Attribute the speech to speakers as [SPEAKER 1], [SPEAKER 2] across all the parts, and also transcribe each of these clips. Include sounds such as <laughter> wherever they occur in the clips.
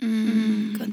[SPEAKER 1] Mm,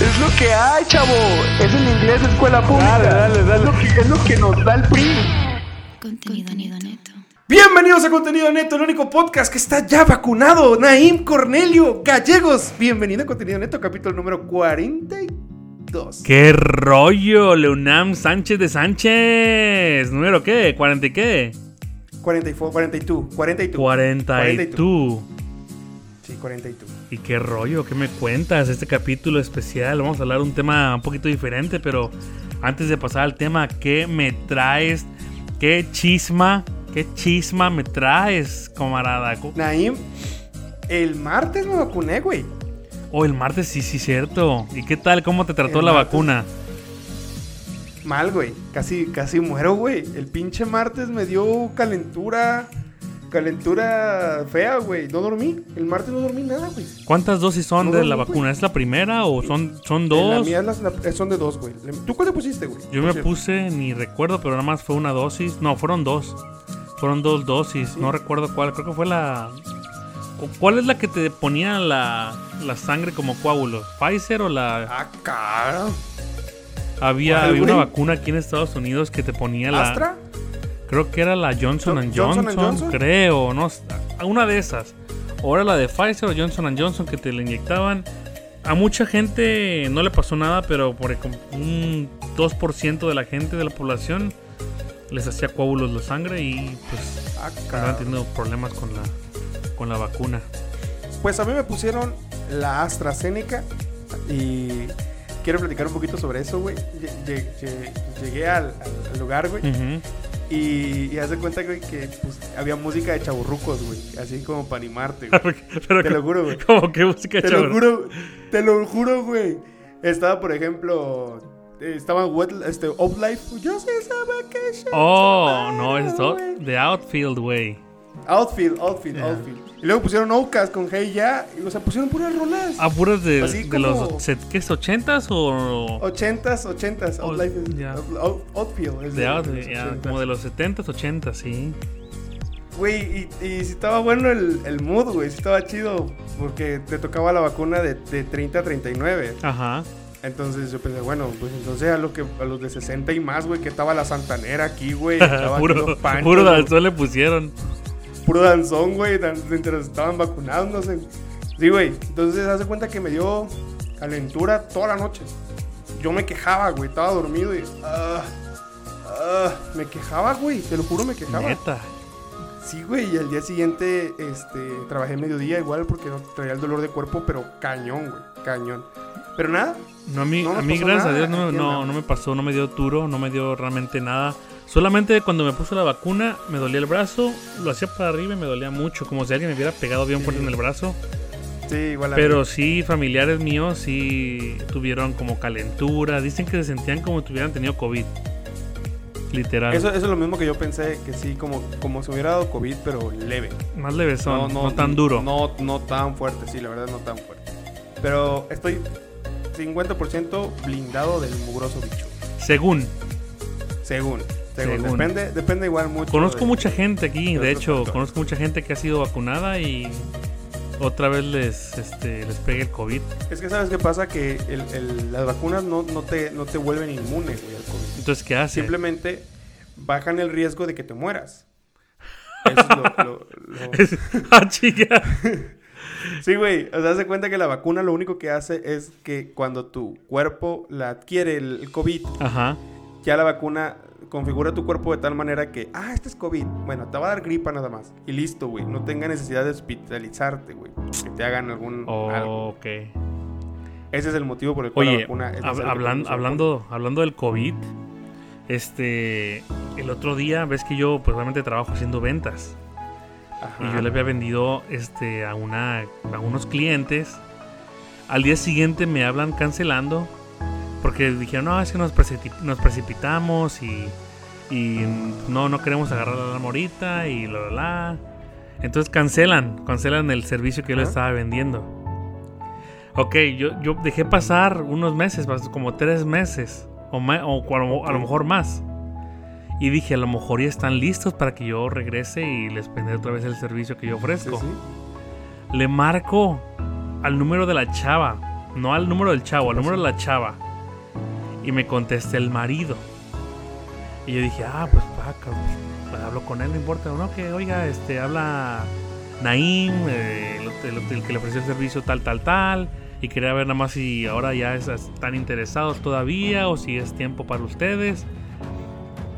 [SPEAKER 2] Es lo que hay, chavo. Es el inglés de escuela pública.
[SPEAKER 3] Dale, dale, dale.
[SPEAKER 2] Es lo que, es lo que nos da el PRI.
[SPEAKER 1] Contenido, neto.
[SPEAKER 4] Bienvenidos a Contenido Neto, el único podcast que está ya vacunado. Naim Cornelio Gallegos. Bienvenido a Contenido Neto, capítulo número 42.
[SPEAKER 5] ¡Qué rollo, Leonam Sánchez de Sánchez! ¿Número qué? ¿40 y qué?
[SPEAKER 4] 44, 42, 42.
[SPEAKER 5] 40 y tú.
[SPEAKER 4] Sí, 42.
[SPEAKER 5] ¿Y qué rollo? ¿Qué me cuentas? Este capítulo especial. Vamos a hablar de un tema un poquito diferente, pero antes de pasar al tema, ¿qué me traes? ¿Qué chisma? ¿Qué chisma me traes, camarada? Co-
[SPEAKER 4] Naim, el martes me vacuné, güey.
[SPEAKER 5] Oh, el martes sí, sí, cierto. ¿Y qué tal? ¿Cómo te trató
[SPEAKER 4] El
[SPEAKER 5] la
[SPEAKER 4] martes.
[SPEAKER 5] vacuna?
[SPEAKER 4] Mal, güey. Casi, casi muero, güey. El pinche martes me dio calentura. Calentura fea, güey. No dormí. El martes no dormí nada, güey.
[SPEAKER 5] ¿Cuántas dosis son
[SPEAKER 4] No
[SPEAKER 5] de
[SPEAKER 4] dormí,
[SPEAKER 5] la
[SPEAKER 4] güey.
[SPEAKER 5] vacuna? ¿Es la primera o son, son
[SPEAKER 4] La
[SPEAKER 5] dos?
[SPEAKER 4] mía las- la- son de dos, güey. ¿Tú cuál te pusiste, güey?
[SPEAKER 5] Yo
[SPEAKER 4] Por
[SPEAKER 5] me
[SPEAKER 4] cierto.
[SPEAKER 5] puse, ni recuerdo, pero nada más fue una dosis. No, fueron dos. Fueron dos dosis. No recuerdo cuál. Creo que fue la. ¿cu- ¿Cuál es la que te ponía la, la sangre como coágulo? ¿Pfizer o la.?
[SPEAKER 4] Ah, cara.
[SPEAKER 5] Había,
[SPEAKER 4] ¿cuál,
[SPEAKER 5] había una
[SPEAKER 4] güey?
[SPEAKER 5] vacuna aquí en Estados Unidos que te ponía la.
[SPEAKER 4] ¿Astra?
[SPEAKER 5] Creo que era la Johnson
[SPEAKER 4] Jo-
[SPEAKER 5] and
[SPEAKER 4] Johnson
[SPEAKER 5] Johnson,
[SPEAKER 4] and Johnson?
[SPEAKER 5] creo, no, s- una de esas. Ahora la de Pfizer o Johnson and Johnson que te la inyectaban. A mucha gente no le pasó nada, pero por como un 2% de la gente de la población les hacía coágulos la sangre y pues
[SPEAKER 4] Ah,
[SPEAKER 5] andaban
[SPEAKER 4] cara.
[SPEAKER 5] teniendo problemas con la con la vacuna.
[SPEAKER 4] Pues a mí me pusieron la AstraZeneca y quiero platicar un poquito sobre eso, güey. Lle- lle- lle- Llegué al, al- al lugar, güey,
[SPEAKER 5] Ujú.
[SPEAKER 4] y, y haz de cuenta, güey, que pues, había música de chaburrucos, güey. Así como para animarte,
[SPEAKER 5] <laughs>
[SPEAKER 4] güey.
[SPEAKER 5] <laughs> Pero
[SPEAKER 4] Te lo
[SPEAKER 5] co-
[SPEAKER 4] juro, güey.
[SPEAKER 5] Como que música
[SPEAKER 4] Te
[SPEAKER 5] chaburruca.
[SPEAKER 4] lo juro, te lo juro, güey. Estaba, por ejemplo, eh, estaba Wet, este, Up Life. Yo sé esa vacation.
[SPEAKER 5] Oh, no, es
[SPEAKER 4] tomorrow,
[SPEAKER 5] eso
[SPEAKER 4] güey.
[SPEAKER 5] de Outfield, güey.
[SPEAKER 4] Outfield, outfield, outfield. Y luego pusieron Outcast con Hey Ya. Y, o sea, pusieron puras rolas.
[SPEAKER 5] ¿Ah, puras de,
[SPEAKER 4] Así
[SPEAKER 5] de
[SPEAKER 4] como-
[SPEAKER 5] los set- ¿qué es, 80s o
[SPEAKER 4] 80s, 80s,
[SPEAKER 5] Oh,
[SPEAKER 4] Outlife is-
[SPEAKER 5] ya.
[SPEAKER 4] Out- Out- Outfield. es
[SPEAKER 5] De
[SPEAKER 4] de-
[SPEAKER 5] out-
[SPEAKER 4] de los
[SPEAKER 5] ya,
[SPEAKER 4] 80s.
[SPEAKER 5] como de los 70s, 80s, sí.
[SPEAKER 4] Güey, y, y si estaba bueno el, el mood, güey, si estaba chido, porque te tocaba la vacuna de, de 30 a 39.
[SPEAKER 5] Ajá.
[SPEAKER 4] Entonces yo pensé, bueno, pues entonces a, lo que, a los de 60 y más, güey, que estaba la Santanera
[SPEAKER 5] <laughs>
[SPEAKER 4] aquí, güey. estaba aquí
[SPEAKER 5] puro
[SPEAKER 4] los Panchos,
[SPEAKER 5] puro
[SPEAKER 4] güey,
[SPEAKER 5] danzón le pusieron.
[SPEAKER 4] puro danzón, güey, dan- mientras estaban vacunados, no sé. Sí, güey, entonces hace cuenta que me dio calentura toda la noche. Yo me quejaba, güey, estaba dormido y... ah, ah, me quejaba, güey, te lo juro, me quejaba.
[SPEAKER 5] Neta.
[SPEAKER 4] Sí, güey, y al día siguiente este, trabajé mediodía igual porque no- traía el dolor de cuerpo, pero cañón, güey, cañón. Pero nada,
[SPEAKER 5] No, a mí,
[SPEAKER 4] No nos
[SPEAKER 5] a mí
[SPEAKER 4] pasó
[SPEAKER 5] gracias
[SPEAKER 4] nada,
[SPEAKER 5] a Dios, no,
[SPEAKER 4] aquí
[SPEAKER 5] me- no,
[SPEAKER 4] andamos.
[SPEAKER 5] no me pasó, no me dio duro, no me dio realmente nada. Solamente cuando me puso la vacuna, me dolía el brazo, lo hacía para arriba y me dolía mucho, como si alguien me hubiera pegado bien fuerte en el brazo.
[SPEAKER 4] sí, igual a
[SPEAKER 5] Pero sí, familiares míos sí tuvieron como calentura, dicen que se sentían como si hubieran tenido COVID.
[SPEAKER 4] mí.
[SPEAKER 5] Literal.
[SPEAKER 4] Eso, eso es lo mismo que yo pensé, que sí, como, como si hubiera dado COVID, pero leve.
[SPEAKER 5] Más levesón, no, tan duro.
[SPEAKER 4] No, no tan fuerte, sí, la verdad no tan fuerte. Pero estoy 50% blindado del mugroso bicho.
[SPEAKER 5] Según.
[SPEAKER 4] Según. Según.
[SPEAKER 5] Según.
[SPEAKER 4] Depende, depende igual mucho.
[SPEAKER 5] Conozco
[SPEAKER 4] de-
[SPEAKER 5] mucha gente aquí,
[SPEAKER 4] de
[SPEAKER 5] de
[SPEAKER 4] otros
[SPEAKER 5] hecho,
[SPEAKER 4] factores.
[SPEAKER 5] conozco mucha gente que ha sido vacunada y otra vez les, este, les pega el COVID.
[SPEAKER 4] Es que sabes qué pasa que el- el- las vacunas no, no, te, no te vuelven inmune, güey, al COVID.
[SPEAKER 5] Entonces, ¿qué hace?
[SPEAKER 4] Simplemente bajan el riesgo de que te mueras. Eso es lo- lo- lo-
[SPEAKER 5] <laughs> ah, chica.
[SPEAKER 4] Sí, güey. O sea, se cuenta que la vacuna lo único que hace es que cuando tu cuerpo la adquiere el- el COVID,
[SPEAKER 5] Ajá.
[SPEAKER 4] ya la vacuna configura tu cuerpo de tal manera que, ah, este es COVID. Bueno, te va a dar gripa nada más. Y listo, güey. No tenga necesidad de hospitalizarte, güey. Que te hagan algún...
[SPEAKER 5] Oh,
[SPEAKER 4] algo.
[SPEAKER 5] ok.
[SPEAKER 4] Ese es el motivo por el cual la
[SPEAKER 5] Oye,
[SPEAKER 4] vacuna... es
[SPEAKER 5] hab-
[SPEAKER 4] necesaria que
[SPEAKER 5] hablan-
[SPEAKER 4] tengamos la
[SPEAKER 5] hablando, hablando del COVID, este, el otro día, ves que yo pues realmente trabajo haciendo ventas
[SPEAKER 4] vacuna. Ajá.
[SPEAKER 5] y yo le había vendido este, a, una, a unos clientes. Al día siguiente me hablan cancelando Porque dijeron, no, es que nos, precip- nos precipitamos y, y no, no queremos agarrar la alarma ahorita y la, la, la. Entonces cancelan, cancelan el servicio que yo les
[SPEAKER 4] Ajá.
[SPEAKER 5] estaba vendiendo. Ok, yo, yo dejé pasar unos meses, pas- como tres meses, o, ma- o cua- a lo mejor más. Y dije, a lo mejor ya están listos para que yo regrese y les prenda otra vez el servicio que yo
[SPEAKER 4] Sí,
[SPEAKER 5] ofrezco.
[SPEAKER 4] sí.
[SPEAKER 5] Le marco al número de la chava. No al número del chavo, al número de la chava. Y me contesta el marido. Y yo dije, ah, pues vaca, hablo con él, no importa. No, que oiga, este, habla Naim, eh, el, hotel- el hotel que le ofreció el servicio tal, tal, tal. Y quería ver nada más si ahora ya es- están interesados todavía o si es tiempo para ustedes.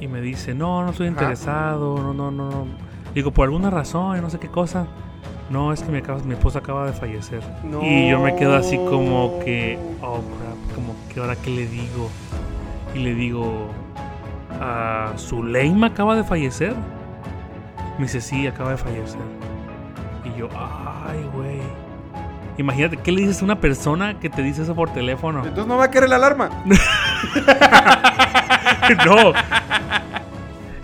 [SPEAKER 5] Y me dice, no, no estoy
[SPEAKER 4] Ajá.
[SPEAKER 5] interesado, no, no, no, no. Digo, por alguna razón, no sé qué cosa. No, es que mi, acaba- mi esposa acaba de fallecer.
[SPEAKER 4] No.
[SPEAKER 5] Y yo me quedo así como que, oh crap, como que ahora qué le digo. Y le digo, ah, ¿Zuleima acaba de fallecer? Me dice, sí, acaba de fallecer. Y yo, ay, güey. Imagínate, ¿qué le dices a una persona que te dice eso por teléfono? <laughs>
[SPEAKER 4] Entonces no va a querer la alarma.
[SPEAKER 5] no.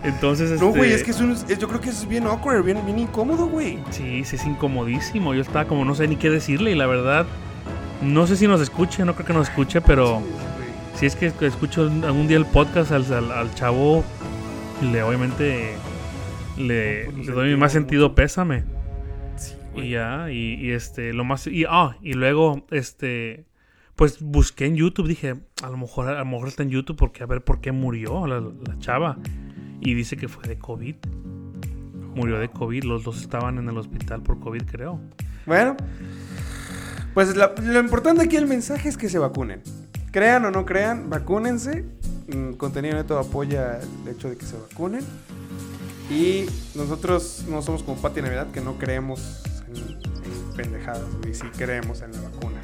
[SPEAKER 5] Entonces,
[SPEAKER 4] No, güey,
[SPEAKER 5] este,
[SPEAKER 4] es que es un- es- yo creo que es bien awkward, bien, bien incómodo, güey.
[SPEAKER 5] Sí, sí, es incomodísimo. Yo estaba como no sé ni qué decirle y la verdad, no sé si nos escuche, no creo que nos escuche, pero si es que escucho algún día el podcast al, al- al chavo, le obviamente le,
[SPEAKER 4] pues,
[SPEAKER 5] le doy mi
[SPEAKER 4] lo sentimos
[SPEAKER 5] más sentido
[SPEAKER 4] mucho.
[SPEAKER 5] pésame.
[SPEAKER 4] Sí, güey.
[SPEAKER 5] Y ya, y, y este, lo más, y ah, y luego, este, pues busqué en YouTube, dije, a lo mejor, a lo mejor está en YouTube porque a ver por qué murió la, la chava. Y dice que fue de COVID. Murió de COVID, los dos estaban en el hospital por COVID, creo.
[SPEAKER 4] Bueno, pues la- lo importante aquí el mensaje es que se vacunen. Crean o no crean, vacúnense. Mm, Contenido Neto apoya el hecho de que se vacunen. Y nosotros no somos como Pati Navidad, que no creemos en, en pendejadas, y sí creemos en la vacuna.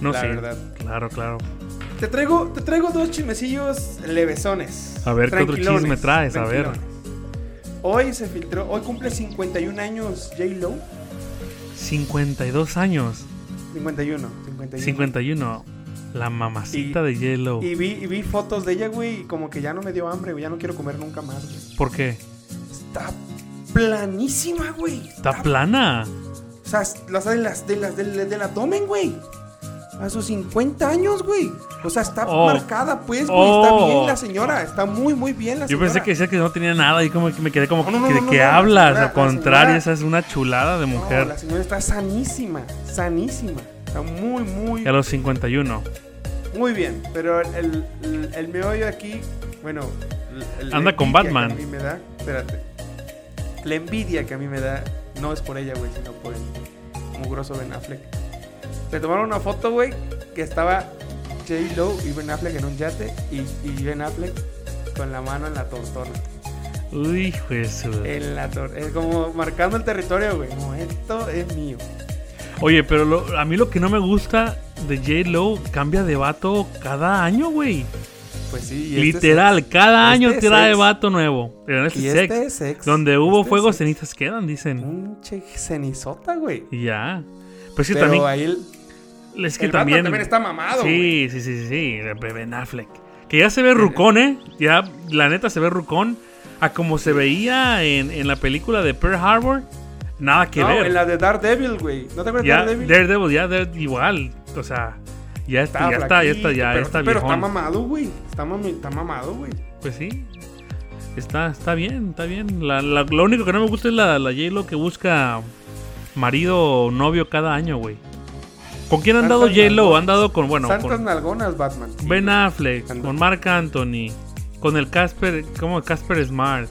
[SPEAKER 5] No
[SPEAKER 4] La
[SPEAKER 5] sé.
[SPEAKER 4] verdad.
[SPEAKER 5] Claro, claro.
[SPEAKER 4] Te traigo, te traigo dos chismecillos levesones.
[SPEAKER 5] A ver, ¿qué otro
[SPEAKER 4] Tranquilones,
[SPEAKER 5] chisme traes? A ver.
[SPEAKER 4] tranquilones. Hoy se filtró, hoy cumple 51 años J-Lo.
[SPEAKER 5] 52 años,
[SPEAKER 4] 51, 51.
[SPEAKER 5] 51. La mamacita de hielo.
[SPEAKER 4] Y vi, y vi fotos de ella, güey, y como que ya no me dio hambre, güey, ya no quiero comer nunca más, güey.
[SPEAKER 5] ¿Por qué?
[SPEAKER 4] Está planísima, güey.
[SPEAKER 5] Está plana.
[SPEAKER 4] O sea, las de las, de las del, del abdomen, güey. A sus 50 años, güey. O sea, está
[SPEAKER 5] Oh.
[SPEAKER 4] marcada, pues, güey. Está
[SPEAKER 5] Oh.
[SPEAKER 4] bien la señora. Está muy, muy bien la
[SPEAKER 5] Yo
[SPEAKER 4] señora.
[SPEAKER 5] pensé que decía que no tenía nada y como que me quedé como
[SPEAKER 4] No, no, no,
[SPEAKER 5] que,
[SPEAKER 4] no,
[SPEAKER 5] ¿qué
[SPEAKER 4] no, la
[SPEAKER 5] hablas,
[SPEAKER 4] señora-
[SPEAKER 5] al
[SPEAKER 4] la
[SPEAKER 5] contrario,
[SPEAKER 4] señora-
[SPEAKER 5] esa es una chulada de mujer.
[SPEAKER 4] No, la señora está sanísima, sanísima. Está muy, muy,
[SPEAKER 5] Y A los 51.
[SPEAKER 4] muy bien. Pero el, el, el meollo aquí, bueno... el- el-
[SPEAKER 5] Anda
[SPEAKER 4] la
[SPEAKER 5] con
[SPEAKER 4] envidia que
[SPEAKER 5] Batman.
[SPEAKER 4] a mí me da, espérate. La envidia que a mí me da no es por ella, güey, sino por el mugroso Ben Affleck. Se tomaron una foto, güey, que estaba J-Lo y Ben Affleck en un yate y, y Ben Affleck con la mano en la tortona.
[SPEAKER 5] Uy, hijo de su-
[SPEAKER 4] En la tor- Es como marcando el territorio, güey. Como, esto es mío.
[SPEAKER 5] Oye, pero lo- a mí lo que no me gusta de J-Lo cambia de vato cada año, güey.
[SPEAKER 4] Pues sí. y este es-
[SPEAKER 5] Literal, cada
[SPEAKER 4] este
[SPEAKER 5] año
[SPEAKER 4] es
[SPEAKER 5] trae
[SPEAKER 4] ex.
[SPEAKER 5] vato nuevo. Pero este
[SPEAKER 4] Y
[SPEAKER 5] es
[SPEAKER 4] este
[SPEAKER 5] ex.
[SPEAKER 4] es ex.
[SPEAKER 5] Donde hubo
[SPEAKER 4] Este
[SPEAKER 5] fuego,
[SPEAKER 4] es ex.
[SPEAKER 5] cenizas quedan, dicen.
[SPEAKER 4] Un che cenizota, güey.
[SPEAKER 5] Y ya. Pues que
[SPEAKER 4] Ah. Pero
[SPEAKER 5] también.
[SPEAKER 4] ahí el,
[SPEAKER 5] Es que
[SPEAKER 4] el vato
[SPEAKER 5] también.
[SPEAKER 4] también está mamado,
[SPEAKER 5] Sí, sí, sí, sí, sí. Ben Affleck. Que ya se ve rucón, ¿eh? Ya, la neta, se ve rucón. A como se veía en, en la película de Pearl Harbor, nada que
[SPEAKER 4] no,
[SPEAKER 5] ver.
[SPEAKER 4] en la de Daredevil, güey. ¿No te acuerdas de
[SPEAKER 5] ya,
[SPEAKER 4] Daredevil?
[SPEAKER 5] Daredevil, ya, Dare- igual. O sea, ya está, ya está, ya
[SPEAKER 4] flaquito,
[SPEAKER 5] está, ya,
[SPEAKER 4] pero,
[SPEAKER 5] está
[SPEAKER 4] Pero está
[SPEAKER 5] viejón.
[SPEAKER 4] mamado, güey. Está, mami- está mamado, güey.
[SPEAKER 5] Pues sí. Está, está bien, está bien. La- la- lo único que no me gusta es la, la J-Lo que busca marido o novio cada año, güey. ¿Con quién han dado
[SPEAKER 4] Santas
[SPEAKER 5] J-Lo?
[SPEAKER 4] nalgonas.
[SPEAKER 5] Han dado con, bueno,
[SPEAKER 4] Santas
[SPEAKER 5] con
[SPEAKER 4] nalgonas, Batman. Sí,
[SPEAKER 5] Ben
[SPEAKER 4] güey.
[SPEAKER 5] Affleck,
[SPEAKER 4] Anda.
[SPEAKER 5] con Mark Anthony, con el Casper, ¿cómo? Casper Smart.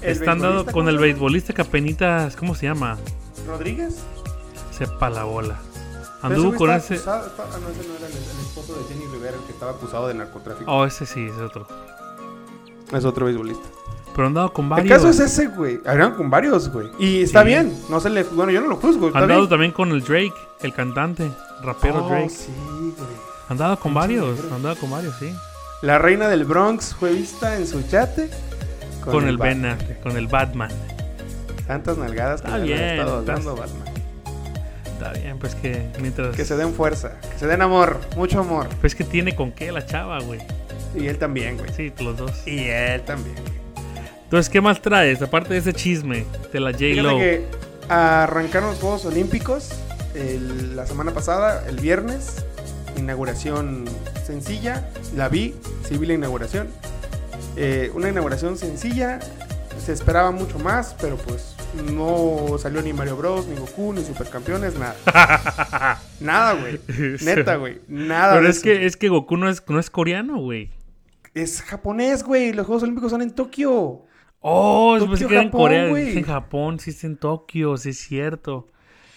[SPEAKER 4] El
[SPEAKER 5] Están dado con
[SPEAKER 4] beisbolista,
[SPEAKER 5] el
[SPEAKER 4] ¿cómo se llama?
[SPEAKER 5] beisbolista que apenitas, ¿cómo se llama?
[SPEAKER 4] ¿Rodríguez?
[SPEAKER 5] Sepa la bola.
[SPEAKER 4] Pero
[SPEAKER 5] Anduvo
[SPEAKER 4] güey
[SPEAKER 5] con
[SPEAKER 4] estaba
[SPEAKER 5] ese...
[SPEAKER 4] acusado- estaba- ah, no, ese no era el, el esposo de Jenny Rivera, el que estaba acusado de narcotráfico.
[SPEAKER 5] Oh, ese sí, es otro.
[SPEAKER 4] Es otro beisbolista.
[SPEAKER 5] Pero han dado con Oh. varios.
[SPEAKER 4] El caso es ese, güey. Hablaron con varios, güey. Y está
[SPEAKER 5] Sí.
[SPEAKER 4] bien. No se le. Bueno, yo no lo juzgo. Está
[SPEAKER 5] Han dado
[SPEAKER 4] bien.
[SPEAKER 5] también con el Drake, el cantante, rapero
[SPEAKER 4] Oh,
[SPEAKER 5] Drake.
[SPEAKER 4] Sí, güey.
[SPEAKER 5] Han dado con
[SPEAKER 4] Pinche
[SPEAKER 5] varios,
[SPEAKER 4] negro.
[SPEAKER 5] han dado con varios, sí.
[SPEAKER 4] La reina del Bronx fue vista en su yate
[SPEAKER 5] Con, el Ben Affleck, con el Batman.
[SPEAKER 4] Tantas nalgadas que
[SPEAKER 5] Está
[SPEAKER 4] le han
[SPEAKER 5] bien,
[SPEAKER 4] estado
[SPEAKER 5] estás-
[SPEAKER 4] dando Batman.
[SPEAKER 5] Está bien, pues que mientras.
[SPEAKER 4] Que se den fuerza, que se den amor, mucho amor.
[SPEAKER 5] Pues que tiene con qué la chava, güey.
[SPEAKER 4] Y él también, güey.
[SPEAKER 5] Sí, los dos.
[SPEAKER 4] Y él también.
[SPEAKER 5] Entonces, ¿qué más traes? Aparte de ese chisme de la
[SPEAKER 4] Fíjate
[SPEAKER 5] J-Lo.
[SPEAKER 4] que arrancaron los Juegos Olímpicos el- la semana pasada, el viernes. Inauguración sencilla, la vi, sí vi la inauguración. Eh, una inauguración sencilla, se esperaba mucho más, pero pues no salió ni Mario Bros, ni Goku, ni Supercampeones, nada.
[SPEAKER 5] <laughs>
[SPEAKER 4] nada, güey. Neta, güey. Nada.
[SPEAKER 5] Pero
[SPEAKER 4] de
[SPEAKER 5] es
[SPEAKER 4] eso.
[SPEAKER 5] que, es que Goku no es, no es coreano, güey.
[SPEAKER 4] Es japonés, güey. Los Juegos Olímpicos son en Tokio.
[SPEAKER 5] Oh, es
[SPEAKER 4] Tokio,
[SPEAKER 5] pensé que era en
[SPEAKER 4] Japón,
[SPEAKER 5] Corea.
[SPEAKER 4] güey.
[SPEAKER 5] Es en Japón, sí es en Tokio, sí es cierto.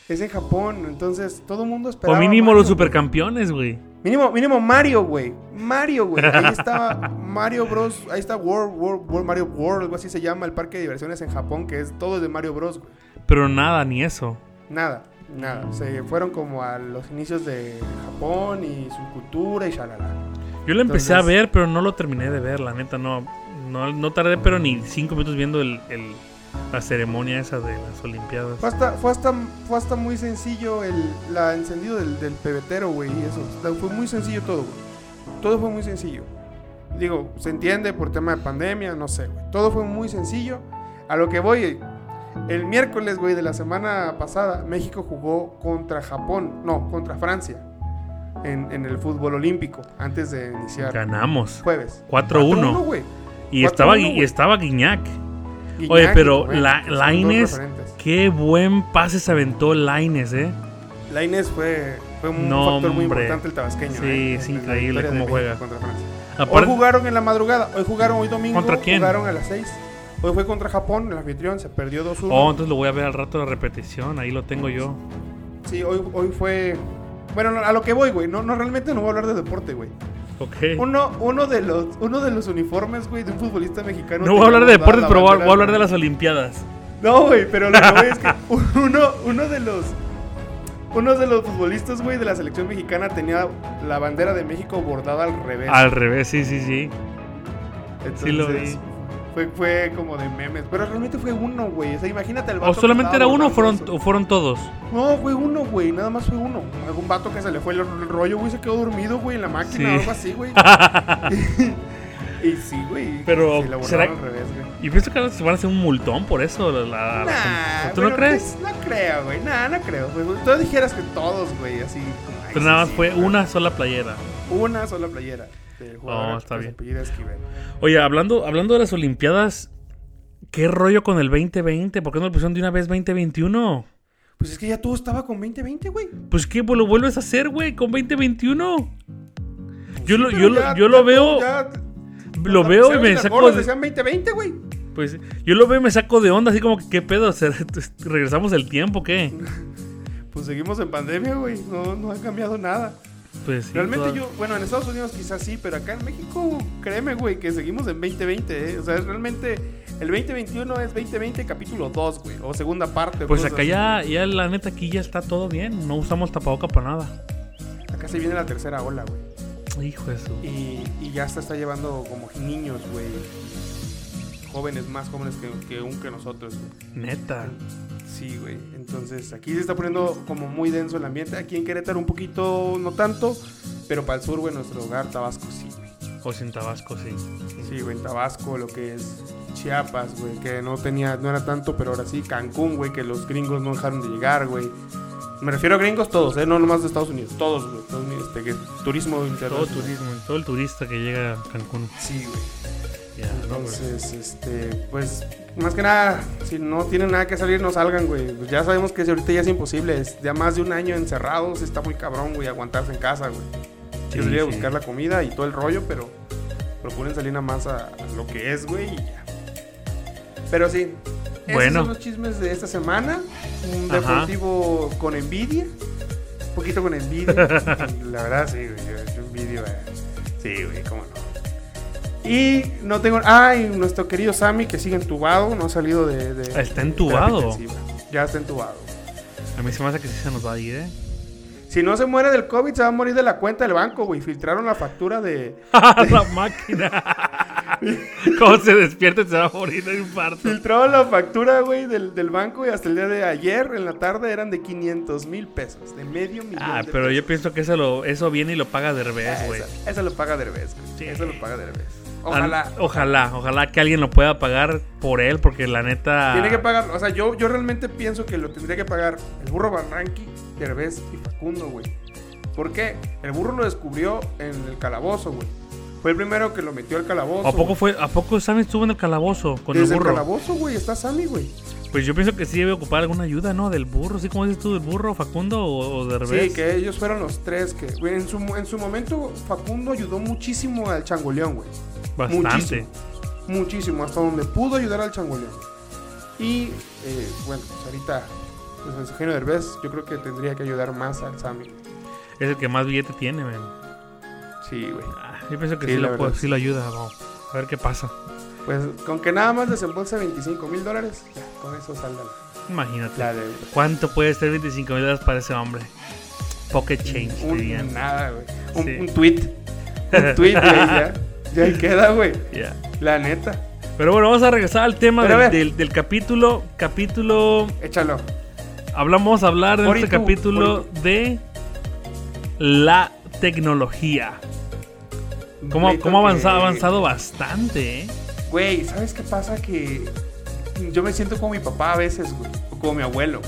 [SPEAKER 4] Es en Japón, entonces todo el mundo esperaba.
[SPEAKER 5] O mínimo los
[SPEAKER 4] Mario, güey.
[SPEAKER 5] supercampeones, güey.
[SPEAKER 4] Mínimo, mínimo Mario, güey. Mario,
[SPEAKER 5] <laughs>
[SPEAKER 4] güey. Ahí estaba Mario Bros. Ahí está World, World, World, Mario World, algo así se llama el parque de diversiones en Japón, que es todo de Mario Bros. güey.
[SPEAKER 5] Pero nada, ni eso.
[SPEAKER 4] Nada, nada. Se fueron como a los inicios de Japón y su cultura y shalala.
[SPEAKER 5] Yo lo empecé a
[SPEAKER 4] Entonces-
[SPEAKER 5] ver, pero no lo terminé de ver, la neta, no. No, no tardé, pero
[SPEAKER 4] Mm.
[SPEAKER 5] ni cinco minutos viendo el, el- la ceremonia esa de las Olimpiadas.
[SPEAKER 4] Fue hasta, fue hasta, fue hasta muy sencillo el la encendido del, del pebetero, güey, y eso. O sea, Fue muy sencillo todo, güey. Todo fue muy sencillo. Digo, se entiende por tema de pandemia, no sé, güey. Todo fue muy sencillo. A lo que voy, eh, el miércoles, güey, de la semana pasada, México jugó contra Japón, no, contra Francia, en, en el fútbol olímpico, antes de iniciar
[SPEAKER 5] Ganamos.
[SPEAKER 4] jueves. 4-1,
[SPEAKER 5] 4-1.
[SPEAKER 4] güey.
[SPEAKER 5] Y estaba,
[SPEAKER 4] 4-1,
[SPEAKER 5] y
[SPEAKER 4] güey.
[SPEAKER 5] estaba Guiñac.
[SPEAKER 4] Guiñac
[SPEAKER 5] Oye,
[SPEAKER 4] y
[SPEAKER 5] pero
[SPEAKER 4] Torrente,
[SPEAKER 5] la,
[SPEAKER 4] son dos
[SPEAKER 5] Laines,
[SPEAKER 4] referentes.
[SPEAKER 5] qué buen pase se aventó Laines, ¿eh?
[SPEAKER 4] Lainez fue, fue un
[SPEAKER 5] No,
[SPEAKER 4] factor muy
[SPEAKER 5] hombre.
[SPEAKER 4] importante el tabasqueño.
[SPEAKER 5] Sí,
[SPEAKER 4] eh,
[SPEAKER 5] es
[SPEAKER 4] en la
[SPEAKER 5] increíble
[SPEAKER 4] victoria de
[SPEAKER 5] cómo
[SPEAKER 4] México
[SPEAKER 5] juega.
[SPEAKER 4] Contra Francia. Hoy
[SPEAKER 5] Aparte,
[SPEAKER 4] jugaron en la madrugada, hoy jugaron hoy domingo.
[SPEAKER 5] ¿Contra quién?
[SPEAKER 4] Jugaron a las 6. Hoy fue contra Japón, el anfitrión se perdió 2-1.
[SPEAKER 5] oh, entonces lo voy a ver al rato de repetición, ahí lo tengo yo.
[SPEAKER 4] Sí, hoy, hoy fue. Bueno, no, a lo que voy, güey. No, no, realmente no voy a hablar de deporte, güey.
[SPEAKER 5] Ok.
[SPEAKER 4] Uno, uno, de los, uno de los uniformes, güey, de un futbolista mexicano.
[SPEAKER 5] No voy a hablar de
[SPEAKER 4] tenía bordada
[SPEAKER 5] deportes,
[SPEAKER 4] la
[SPEAKER 5] pero voy a,
[SPEAKER 4] bandera,
[SPEAKER 5] voy a hablar de
[SPEAKER 4] güey.
[SPEAKER 5] las Olimpiadas.
[SPEAKER 4] No, güey, pero lo que voy es que <laughs> uno, uno de los. Uno de los futbolistas, güey, de la selección mexicana tenía la bandera de México bordada al revés.
[SPEAKER 5] Al revés, sí, sí, sí.
[SPEAKER 4] Entonces,
[SPEAKER 5] sí lo vi.
[SPEAKER 4] Fue, fue como de memes. Pero realmente fue uno, güey. O sea, imagínate el vato.
[SPEAKER 5] ¿O
[SPEAKER 4] que
[SPEAKER 5] solamente
[SPEAKER 4] estaba
[SPEAKER 5] era uno o
[SPEAKER 4] bordando
[SPEAKER 5] fueron,
[SPEAKER 4] eso.
[SPEAKER 5] o fueron todos?
[SPEAKER 4] <laughs> No, fue uno, güey. Nada más fue uno. Algún vato que se le fue el ro- rollo, güey, se quedó dormido, güey, en la máquina
[SPEAKER 5] Sí.
[SPEAKER 4] o algo
[SPEAKER 5] <laughs>
[SPEAKER 4] así, güey. y sí, güey.
[SPEAKER 5] Pero,
[SPEAKER 4] Se la bordaron
[SPEAKER 5] ¿será-
[SPEAKER 4] al revés, güey.
[SPEAKER 5] Y pienso que ahora se van a hacer un multón por eso. la- la- la-
[SPEAKER 4] Nah,
[SPEAKER 5] Ah, ¿Tú no
[SPEAKER 4] pero,
[SPEAKER 5] crees?
[SPEAKER 4] pues, no creo, güey. Nah, no creo. güey. Tú dijeras que todos, güey, así. como, ay,
[SPEAKER 5] Pero
[SPEAKER 4] sí,
[SPEAKER 5] nada más
[SPEAKER 4] sí,
[SPEAKER 5] fue
[SPEAKER 4] güey.
[SPEAKER 5] una sola playera.
[SPEAKER 4] Una sola playera. del jugador
[SPEAKER 5] está
[SPEAKER 4] que se
[SPEAKER 5] bien.
[SPEAKER 4] apellida Esquivel.
[SPEAKER 5] Oye, hablando, hablando de las Olimpiadas, ¿qué rollo con el 2020? ¿Por qué no le pusieron de una vez 2021?
[SPEAKER 4] Pues es que ya todo estaba con 20-20, güey.
[SPEAKER 5] Pues qué, pues lo vuelves a hacer, güey, con 2021. Yo lo,
[SPEAKER 4] Pero
[SPEAKER 5] yo, lo-
[SPEAKER 4] ya-
[SPEAKER 5] yo
[SPEAKER 4] ya
[SPEAKER 5] lo
[SPEAKER 4] todo-
[SPEAKER 5] veo,
[SPEAKER 4] ya-
[SPEAKER 5] lo
[SPEAKER 4] las
[SPEAKER 5] veo y
[SPEAKER 4] pizzeras
[SPEAKER 5] me
[SPEAKER 4] las
[SPEAKER 5] saco
[SPEAKER 4] gordas
[SPEAKER 5] de,
[SPEAKER 4] Decían 20-20, güey.
[SPEAKER 5] pues, yo lo veo y me saco de onda, así como que qué pedo, <laughs> O sea, regresamos el tiempo, ¿qué?
[SPEAKER 4] Pues seguimos en pandemia, güey. No, no ha cambiado nada.
[SPEAKER 5] Pues sí,
[SPEAKER 4] Realmente
[SPEAKER 5] toda-
[SPEAKER 4] yo, bueno, en Estados Unidos quizás sí, pero acá en México, créeme, güey, que seguimos en 2020, ¿eh? O sea, es realmente, el 2021 es 2020 capítulo 2, güey, o segunda parte. o
[SPEAKER 5] Pues
[SPEAKER 4] cosas
[SPEAKER 5] acá
[SPEAKER 4] así.
[SPEAKER 5] ya, ya la neta aquí ya está todo bien, no usamos tapaboca para nada.
[SPEAKER 4] Acá se viene la tercera ola, güey.
[SPEAKER 5] Hijo de su.
[SPEAKER 4] Y, y ya se está llevando como niños, güey. Jóvenes, más jóvenes que, que aún que nosotros. güey.
[SPEAKER 5] Neta.
[SPEAKER 4] Sí, güey. Entonces, aquí se está poniendo como muy denso el ambiente. Aquí en Querétaro un poquito, no tanto, pero para el sur, güey, nuestro hogar, Tabasco, sí, güey.
[SPEAKER 5] O sin Tabasco, sí.
[SPEAKER 4] Sí, güey, en Tabasco, lo que es Chiapas, güey, que no tenía, no era tanto, pero ahora sí, Cancún, güey, que los gringos no dejaron de llegar, güey. Me refiero a gringos todos, ¿eh? No nomás de Estados Unidos, todos, güey. Estados Unidos, este, que- turismo
[SPEAKER 5] Todo
[SPEAKER 4] internacional.
[SPEAKER 5] turismo, todo el turista que llega a Cancún.
[SPEAKER 4] Sí, güey.
[SPEAKER 5] Ya, no, güey.
[SPEAKER 4] Entonces, este, pues, más que nada, si no tienen nada que salir, no salgan, güey. Pues ya sabemos que ahorita ya es imposible. es ya más de un año encerrados, está muy cabrón, güey, aguantarse en casa, güey.
[SPEAKER 5] Sí,
[SPEAKER 4] Yo diría
[SPEAKER 5] sí.
[SPEAKER 4] buscar la comida y todo el rollo, pero procuren salir nada más a, a lo que es, güey, y ya. Pero sí. Esos
[SPEAKER 5] Bueno.
[SPEAKER 4] son los chismes de esta semana. Un
[SPEAKER 5] Ajá.
[SPEAKER 4] deportivo con envidia. Un poquito con
[SPEAKER 5] <laughs>
[SPEAKER 4] envidia. la verdad, sí, güey. Yo, yo envidio. eh. Sí, güey, cómo no. Y no tengo. Ay, nuestro querido Sammy que sigue entubado. No ha salido de. de-
[SPEAKER 5] Ah, Está
[SPEAKER 4] de
[SPEAKER 5] entubado.
[SPEAKER 4] terapia intensiva. Ya está entubado.
[SPEAKER 5] A mí se me hace que sí se nos va a ir, ¿eh? <laughs>
[SPEAKER 4] Si no se muere del COVID, se va a morir de la cuenta del banco, güey. Filtraron la factura de.
[SPEAKER 5] la máquina. <laughs> ¿Cómo se despierta y se va a morir de infarto?
[SPEAKER 4] Filtraba la factura, güey, del, del banco y hasta el día de ayer en la tarde eran de 500 mil pesos, de medio millón.
[SPEAKER 5] Ah,
[SPEAKER 4] de
[SPEAKER 5] pero yo
[SPEAKER 4] pesos.
[SPEAKER 5] pienso que eso, lo, eso viene y lo paga Derbez,
[SPEAKER 4] Ah,
[SPEAKER 5] güey.
[SPEAKER 4] esa, esa lo paga Derbez, güey.
[SPEAKER 5] Sí.
[SPEAKER 4] Esa lo paga Derbez.
[SPEAKER 5] Ah,
[SPEAKER 4] Ojalá.
[SPEAKER 5] Ojalá, ojalá que alguien lo pueda pagar por él, porque la neta.
[SPEAKER 4] Tiene que pagar, o sea, yo, yo realmente pienso que lo tendría que pagar el burro Barranqui, Derbez y Facundo, güey. ¿Por qué? El burro lo descubrió en el calabozo, güey. Fue el primero que lo metió al calabozo.
[SPEAKER 5] ¿A poco
[SPEAKER 4] güey.
[SPEAKER 5] fue, a poco Sammy estuvo en el calabozo con
[SPEAKER 4] Desde
[SPEAKER 5] el burro?
[SPEAKER 4] el calabozo, güey, está Sammy, güey.
[SPEAKER 5] Pues yo pienso que sí debe ocupar alguna ayuda, ¿no? Del burro, ¿sí? ¿Cómo dices tú, del burro, Facundo o, o Derbez?
[SPEAKER 4] Sí, que ellos fueron los tres que, güey, en su, en su momento Facundo ayudó muchísimo al Changoleón, güey.
[SPEAKER 5] Bastante.
[SPEAKER 4] Muchísimo. Muchísimo, hasta donde pudo ayudar al Changoleón. Y, eh, bueno, pues ahorita, pues el Eugenio Derbez, yo creo que tendría que ayudar más al Sammy.
[SPEAKER 5] Es el que más billete tiene, men.
[SPEAKER 4] Sí, güey.
[SPEAKER 5] Ah, Yo pienso que
[SPEAKER 4] Sí,
[SPEAKER 5] sí,
[SPEAKER 4] la
[SPEAKER 5] lo, puede-
[SPEAKER 4] verdad.
[SPEAKER 5] sí lo ayuda, vamos. A ver qué pasa.
[SPEAKER 4] Pues con que nada más desembolse 25 mil dólares, ya, con eso salda la-
[SPEAKER 5] Imagínate.
[SPEAKER 4] la, deuda.
[SPEAKER 5] ¿Cuánto puede ser 25 mil dólares para ese hombre? Pocket change,
[SPEAKER 4] Mm, Un,
[SPEAKER 5] dirían.
[SPEAKER 4] nada, güey. Un,
[SPEAKER 5] Sí.
[SPEAKER 4] un tweet.
[SPEAKER 5] <laughs>
[SPEAKER 4] Un tweet, güey, ya. Ya ahí queda, güey.
[SPEAKER 5] Ya.
[SPEAKER 4] La neta.
[SPEAKER 5] Pero bueno, vamos a regresar al tema
[SPEAKER 4] Pero a
[SPEAKER 5] del,
[SPEAKER 4] ver.
[SPEAKER 5] del- del capítulo. Capítulo.
[SPEAKER 4] Échalo.
[SPEAKER 5] Hablamos a hablar en
[SPEAKER 4] Ori
[SPEAKER 5] este
[SPEAKER 4] tú,
[SPEAKER 5] capítulo
[SPEAKER 4] Ori
[SPEAKER 5] de la tecnología. ¿Cómo,
[SPEAKER 4] Pleito
[SPEAKER 5] cómo ha avanzado,
[SPEAKER 4] que-
[SPEAKER 5] avanzado bastante, eh?
[SPEAKER 4] Güey, ¿sabes qué pasa? Que yo me siento como mi papá a veces, güey. O como mi abuelo.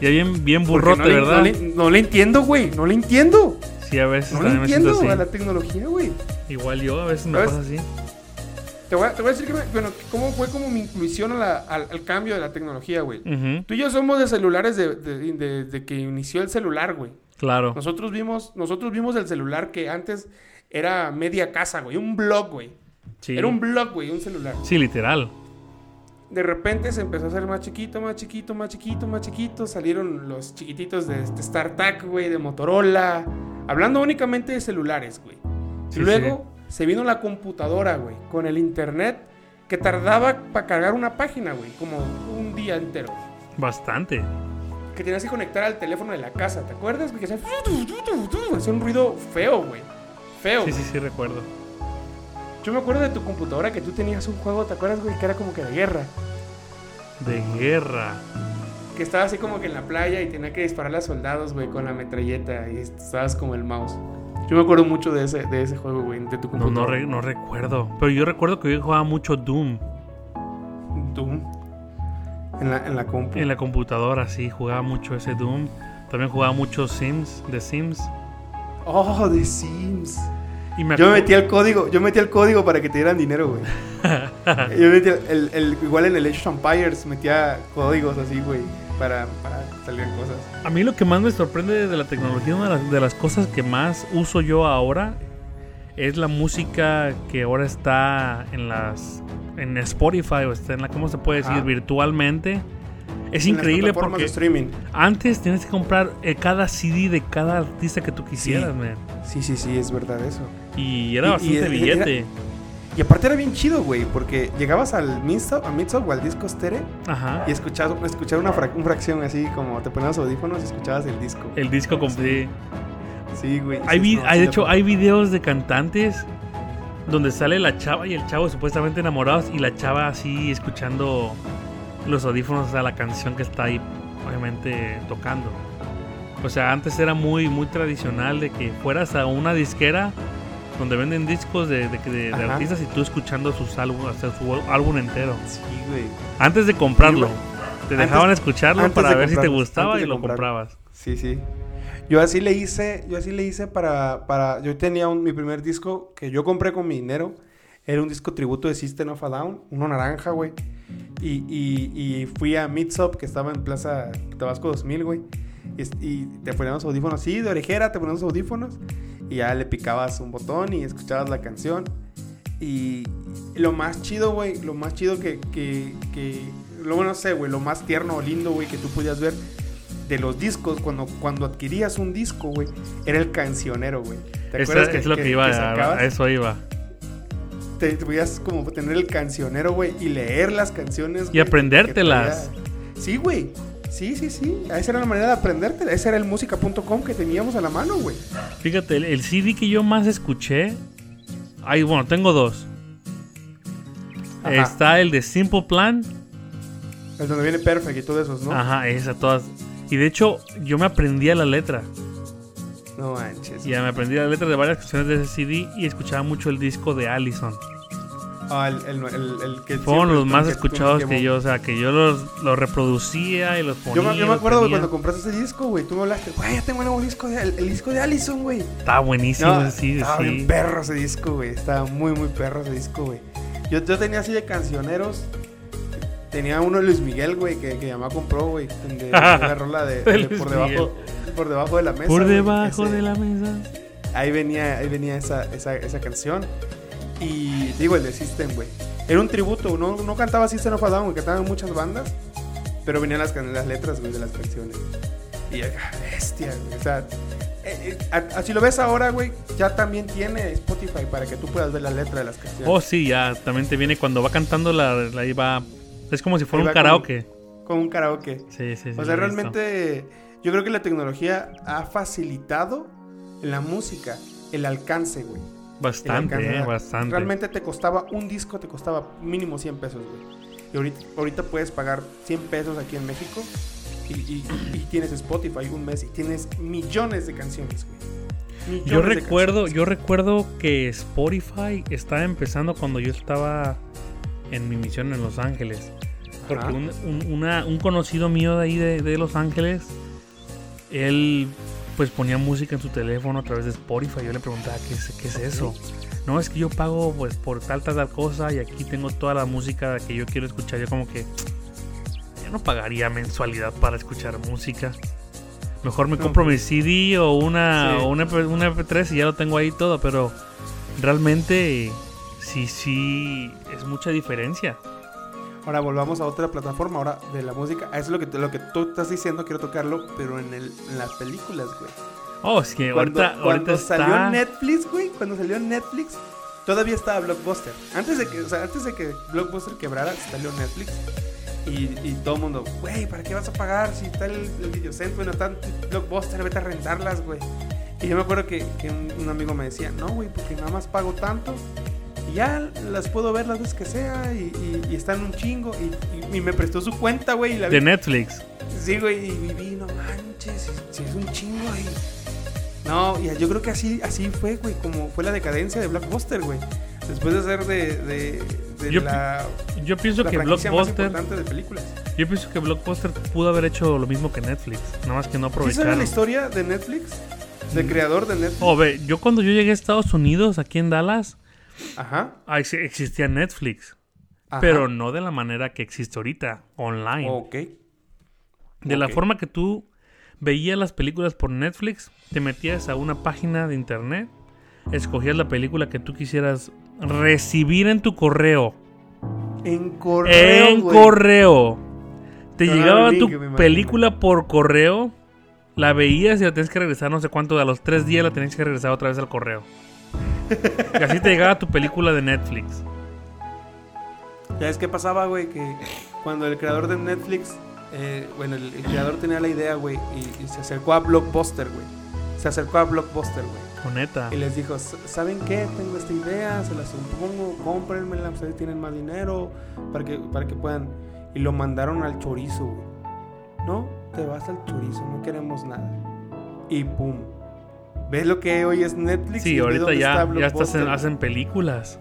[SPEAKER 5] Ya bien, bien
[SPEAKER 4] Porque
[SPEAKER 5] burrote,
[SPEAKER 4] no le-
[SPEAKER 5] ¿verdad?
[SPEAKER 4] No le, no le entiendo, güey. No le entiendo.
[SPEAKER 5] sí, a veces
[SPEAKER 4] No le
[SPEAKER 5] también me siento
[SPEAKER 4] entiendo
[SPEAKER 5] así.
[SPEAKER 4] a la tecnología, güey.
[SPEAKER 5] Igual yo, a veces me
[SPEAKER 4] ¿Sabes?
[SPEAKER 5] pasa así.
[SPEAKER 4] Te voy, a, te voy a decir que, me- bueno, cómo fue como mi inclusión a la- al, al cambio de la tecnología, güey.
[SPEAKER 5] Ujú,
[SPEAKER 4] Tú y yo somos de celulares de- de- de- de que inició el celular, güey.
[SPEAKER 5] Claro.
[SPEAKER 4] Nosotros vimos, nosotros vimos el celular que antes era media casa, güey. Un blog, güey.
[SPEAKER 5] Sí.
[SPEAKER 4] Era un blog, güey, un celular.
[SPEAKER 5] Sí, literal.
[SPEAKER 4] De repente se empezó a hacer más chiquito, más chiquito, más chiquito, más chiquito. Salieron los chiquititos de, este StarTAC, güey, de Motorola. Hablando únicamente de celulares, güey.
[SPEAKER 5] Sí,
[SPEAKER 4] Luego se vino la computadora, güey, con el internet que tardaba para cargar una página, güey, como un día entero.
[SPEAKER 5] Bastante.
[SPEAKER 4] Que tenías que conectar al teléfono de la casa, ¿te acuerdas? güey? Que hacía hacía un ruido feo, güey. Feo.
[SPEAKER 5] Sí,
[SPEAKER 4] güey.
[SPEAKER 5] sí, sí, recuerdo.
[SPEAKER 4] Yo me acuerdo de tu computadora que tú tenías un juego, ¿te acuerdas, güey? Que era como que de guerra.
[SPEAKER 5] De guerra.
[SPEAKER 4] Que estaba así como que en la playa y tenía que dispararle a soldados, güey, con la metralleta. Y estabas como el mouse. Yo me acuerdo mucho de ese, de ese juego, güey, de tu
[SPEAKER 5] No, no,
[SPEAKER 4] computadora.
[SPEAKER 5] re- no recuerdo. Pero yo recuerdo que yo jugaba mucho Doom
[SPEAKER 4] Tú. En la, en la compu.
[SPEAKER 5] en la computadora, sí. Jugaba mucho ese Doom. También jugaba mucho Sims, de Sims.
[SPEAKER 4] Oh, de Sims.
[SPEAKER 5] Y me
[SPEAKER 4] Yo
[SPEAKER 5] acu-
[SPEAKER 4] metí el código, yo metí el código para que te dieran
[SPEAKER 5] <laughs>
[SPEAKER 4] dinero, güey. Yo metí el, el- igual en el Age of Empires metía códigos así, güey, para, para salir cosas.
[SPEAKER 5] A mí lo que más me sorprende de la tecnología, una de las, de las cosas que más uso yo ahora, es la música que ahora está en las en Spotify o está en la cómo se puede decir
[SPEAKER 4] Ah.
[SPEAKER 5] virtualmente. Es
[SPEAKER 4] En las
[SPEAKER 5] increíble
[SPEAKER 4] plataformas
[SPEAKER 5] porque
[SPEAKER 4] de streaming.
[SPEAKER 5] antes tienes que comprar eh, cada CD de cada artista que tú quisieras,
[SPEAKER 4] Sí.
[SPEAKER 5] man.
[SPEAKER 4] Sí, sí, sí, es verdad eso.
[SPEAKER 5] Y era
[SPEAKER 4] Y- y
[SPEAKER 5] bastante
[SPEAKER 4] era-
[SPEAKER 5] billete.
[SPEAKER 4] Y aparte era bien chido, güey, porque llegabas al Midsoft, a Midsoft o al disco Stere
[SPEAKER 5] Ajá.
[SPEAKER 4] y escuchabas, escuchar una, frac- una fracción así, como te ponías audífonos y escuchabas el disco.
[SPEAKER 5] El disco completo.
[SPEAKER 4] Sí, güey.
[SPEAKER 5] Hay,
[SPEAKER 4] sí,
[SPEAKER 5] vi-
[SPEAKER 4] no,
[SPEAKER 5] hay- de
[SPEAKER 4] sí,
[SPEAKER 5] hecho,
[SPEAKER 4] la-
[SPEAKER 5] hay videos de cantantes donde sale la chava y el chavo supuestamente enamorados y la chava así escuchando los audífonos a la canción que está ahí, obviamente, tocando. O sea, antes era muy, muy tradicional de que fueras a una disquera donde venden discos de, de- de- de
[SPEAKER 4] Ajá.
[SPEAKER 5] artistas y tú escuchando sus álbumes, o sea, su álbum entero.
[SPEAKER 4] Sí, güey.
[SPEAKER 5] Antes de comprarlo, te
[SPEAKER 4] Antes-
[SPEAKER 5] dejaban escucharlo
[SPEAKER 4] antes
[SPEAKER 5] para
[SPEAKER 4] de
[SPEAKER 5] ver si te
[SPEAKER 4] comprarlo,
[SPEAKER 5] gustaba
[SPEAKER 4] antes
[SPEAKER 5] y
[SPEAKER 4] de
[SPEAKER 5] lo
[SPEAKER 4] comprarlo.
[SPEAKER 5] comprabas.
[SPEAKER 4] Sí, sí. Yo así le hice, yo así le hice para, para yo tenía un- mi primer disco que yo compré con mi dinero. Era un disco tributo de System of a Down, uno naranja, güey. Y, y- y fui a Mitsop, que estaba en Plaza Tabasco 2000, güey. Y, es- y te ponían los audífonos, sí, de orejera, te ponían los audífonos. Y ya le picabas un botón y escuchabas la canción. Y lo más chido, güey, lo más chido que, que, que lo bueno, no sé, güey, lo más tierno o lindo, güey, que tú podías ver de los discos, cuando, cuando adquirías un disco, güey, era el cancionero, güey. ¿Te
[SPEAKER 5] Esa-
[SPEAKER 4] acuerdas que
[SPEAKER 5] es lo que,
[SPEAKER 4] que-
[SPEAKER 5] iba
[SPEAKER 4] que
[SPEAKER 5] a-
[SPEAKER 4] sacabas?
[SPEAKER 5] a eso iba.
[SPEAKER 4] te, te podías como tener el cancionero, güey, y leer las canciones. güey,
[SPEAKER 5] aprendértelas.
[SPEAKER 4] que traía. Sí, güey. Sí, sí, sí. Esa era la manera de aprendértela. Ese era el música.com que teníamos a la mano, güey.
[SPEAKER 5] Fíjate, el, el CD que yo más escuché. Ay, bueno, tengo dos.
[SPEAKER 4] Ajá.
[SPEAKER 5] Está el de Simple Plan.
[SPEAKER 4] Es donde viene Perfect y todo eso, ¿no?
[SPEAKER 5] Ajá, esa, todas. Y de hecho, yo me aprendía la letra.
[SPEAKER 4] No manches.
[SPEAKER 5] Y ya me aprendí la letra de varias canciones de ese CD y escuchaba mucho el disco de Allison.
[SPEAKER 4] Ah, el, el, el, el que
[SPEAKER 5] Fueron
[SPEAKER 4] siempre-
[SPEAKER 5] los más
[SPEAKER 4] que tú-
[SPEAKER 5] escuchados que,
[SPEAKER 4] vos-
[SPEAKER 5] yo, o sea, que yo los, los reproducía y los ponía.
[SPEAKER 4] Yo me, yo me
[SPEAKER 5] los
[SPEAKER 4] acuerdo güey,
[SPEAKER 5] tenía.
[SPEAKER 4] cuando compraste ese disco, güey. Tú me hablaste, güey, ya tengo un nuevo disco, de, el, el disco de Allison, güey.
[SPEAKER 5] Estaba buenísimo,
[SPEAKER 4] No,
[SPEAKER 5] sí,
[SPEAKER 4] estaba
[SPEAKER 5] sí.
[SPEAKER 4] bien perro ese disco, güey. Estaba muy, muy perro ese disco, güey. Yo, yo tenía así de cancioneros. Tenía uno de Luis Miguel, güey, que, que mi mamá compró, güey.
[SPEAKER 5] <laughs>
[SPEAKER 4] donde la rola de,
[SPEAKER 5] De
[SPEAKER 4] de
[SPEAKER 5] Luis
[SPEAKER 4] por, debajo, por debajo de la mesa.
[SPEAKER 5] Por
[SPEAKER 4] güey,
[SPEAKER 5] debajo
[SPEAKER 4] ese-
[SPEAKER 5] de la mesa.
[SPEAKER 4] Ahí venía, ahí venía esa, esa, esa canción. Y digo, el de System, güey. Era un tributo, no, no cantaba System of a Down, güey, cantaban muchas bandas. Pero venían las, can- las letras, güey, de las canciones. Y yo, ah, bestia, güey. O sea, eh, eh, a- así lo ves ahora, güey, ya también tiene Spotify para que tú puedas ver la letra de las canciones.
[SPEAKER 5] Oh, sí, ya también te viene cuando va cantando la, la ahí va. Es como si fuera
[SPEAKER 4] Ahí
[SPEAKER 5] un
[SPEAKER 4] va como-
[SPEAKER 5] karaoke.
[SPEAKER 4] Con un karaoke.
[SPEAKER 5] Sí, sí, sí.
[SPEAKER 4] O
[SPEAKER 5] lo he
[SPEAKER 4] sea,
[SPEAKER 5] visto.
[SPEAKER 4] realmente yo creo que la tecnología ha facilitado en la música el alcance, güey. El
[SPEAKER 5] Bastante,
[SPEAKER 4] alcance,
[SPEAKER 5] eh,
[SPEAKER 4] ¿verdad?
[SPEAKER 5] bastante.
[SPEAKER 4] Realmente te costaba un disco, te costaba mínimo 100 pesos, güey. Y ahorita, ahorita puedes pagar 100 pesos aquí en México y, y- y tienes Spotify un mes y tienes millones de canciones, güey.
[SPEAKER 5] Yo
[SPEAKER 4] Millones de
[SPEAKER 5] recuerdo,
[SPEAKER 4] canciones.
[SPEAKER 5] yo recuerdo que Spotify estaba empezando cuando yo estaba en mi misión en Los Ángeles. Porque
[SPEAKER 4] Ajá.
[SPEAKER 5] un, un- una- un conocido mío de ahí de, de Los Ángeles, él pues ponía música en su teléfono a través de Spotify. Yo le preguntaba, ¿qué es, qué es eso? No, es que yo pago pues por tal, tal, tal cosa y aquí tengo toda la música que yo quiero escuchar. Yo como que yo no pagaría mensualidad para escuchar música. Mejor me
[SPEAKER 4] No,
[SPEAKER 5] compro mi CD o una,
[SPEAKER 4] Sí.
[SPEAKER 5] o una, MP- una MP3 y ya lo tengo ahí todo, pero realmente sí, sí, es mucha diferencia.
[SPEAKER 4] Ahora volvamos a otra plataforma, ahora de la música. Ah, Eso es lo que, lo que tú estás diciendo, quiero tocarlo, pero en, el, en las películas, güey.
[SPEAKER 5] Oh, es que
[SPEAKER 4] Cuando,
[SPEAKER 5] ahorita,
[SPEAKER 4] cuando
[SPEAKER 5] ahorita
[SPEAKER 4] salió
[SPEAKER 5] está...
[SPEAKER 4] Netflix, güey, cuando salió Netflix, todavía estaba Blockbuster. Antes de que, o sea, antes de que Blockbuster quebrara, salió Netflix. Y, y todo el mundo, güey, ¿para qué vas a pagar si está el, el videocentro y no está Blockbuster? Vete a rentarlas, güey. Y yo me acuerdo que, que un, un amigo me decía, no, güey, porque nada más pago tanto. Y ya las puedo ver las veces que sea y, y- y están un chingo. Y, y- y me prestó su cuenta, güey, y la vi
[SPEAKER 5] De Netflix.
[SPEAKER 4] Sí, güey, y viví, no manches, si es un chingo ahí. No, y yo creo que así, así fue, güey, como fue la decadencia de Blockbuster, güey. Después de ser de, de, de
[SPEAKER 5] Yo
[SPEAKER 4] la,
[SPEAKER 5] Yo pienso
[SPEAKER 4] la
[SPEAKER 5] que
[SPEAKER 4] franquicia más
[SPEAKER 5] Blockbuster,
[SPEAKER 4] importante de películas.
[SPEAKER 5] yo pienso que Blockbuster pudo haber hecho lo mismo que Netflix, nada más que no
[SPEAKER 4] ¿Sí sabes
[SPEAKER 5] aprovecharon. Mm.
[SPEAKER 4] la historia de Netflix? Del creador de Netflix.
[SPEAKER 5] Oh, ve, yo cuando yo llegué a Estados Unidos, aquí en Dallas,
[SPEAKER 4] Ajá,
[SPEAKER 5] ah, ex- existía Netflix,
[SPEAKER 4] ajá.
[SPEAKER 5] pero no de la manera que existe ahorita, online.
[SPEAKER 4] Ok.
[SPEAKER 5] De la
[SPEAKER 4] Ok.
[SPEAKER 5] forma que tú veías las películas por Netflix, te metías a una página de internet, escogías la película que tú quisieras recibir en tu correo.
[SPEAKER 4] En correo,
[SPEAKER 5] en
[SPEAKER 4] güey.
[SPEAKER 5] correo. Te
[SPEAKER 4] Te
[SPEAKER 5] llegaba
[SPEAKER 4] daban el
[SPEAKER 5] tu
[SPEAKER 4] link, me imagino.
[SPEAKER 5] película por correo, la veías y la tenías que regresar no sé cuánto, a los tres días la tenías que regresar otra vez al correo. Y así te llegaba tu película de Netflix.
[SPEAKER 4] ¿Sabes qué pasaba, güey? Que cuando el creador de Netflix, eh, bueno, el, el creador tenía la idea, güey, y, y se acercó a Blockbuster, güey. Se acercó a Blockbuster, güey.
[SPEAKER 5] Oh, neta.
[SPEAKER 4] Y les dijo, "S- ¿saben qué? Tengo esta idea, se la supongo, cómprenmela, ustedes tienen más dinero para que, para que puedan. Y lo mandaron al chorizo, güey. No, te vas al chorizo, no queremos nada. Y pum. ¿Ves lo que hoy es Netflix? y
[SPEAKER 5] Sí,
[SPEAKER 4] ves
[SPEAKER 5] ahorita
[SPEAKER 4] dónde
[SPEAKER 5] ya,
[SPEAKER 4] está
[SPEAKER 5] ya estás
[SPEAKER 4] Blockbuster,
[SPEAKER 5] en-
[SPEAKER 4] güey?
[SPEAKER 5] hacen películas.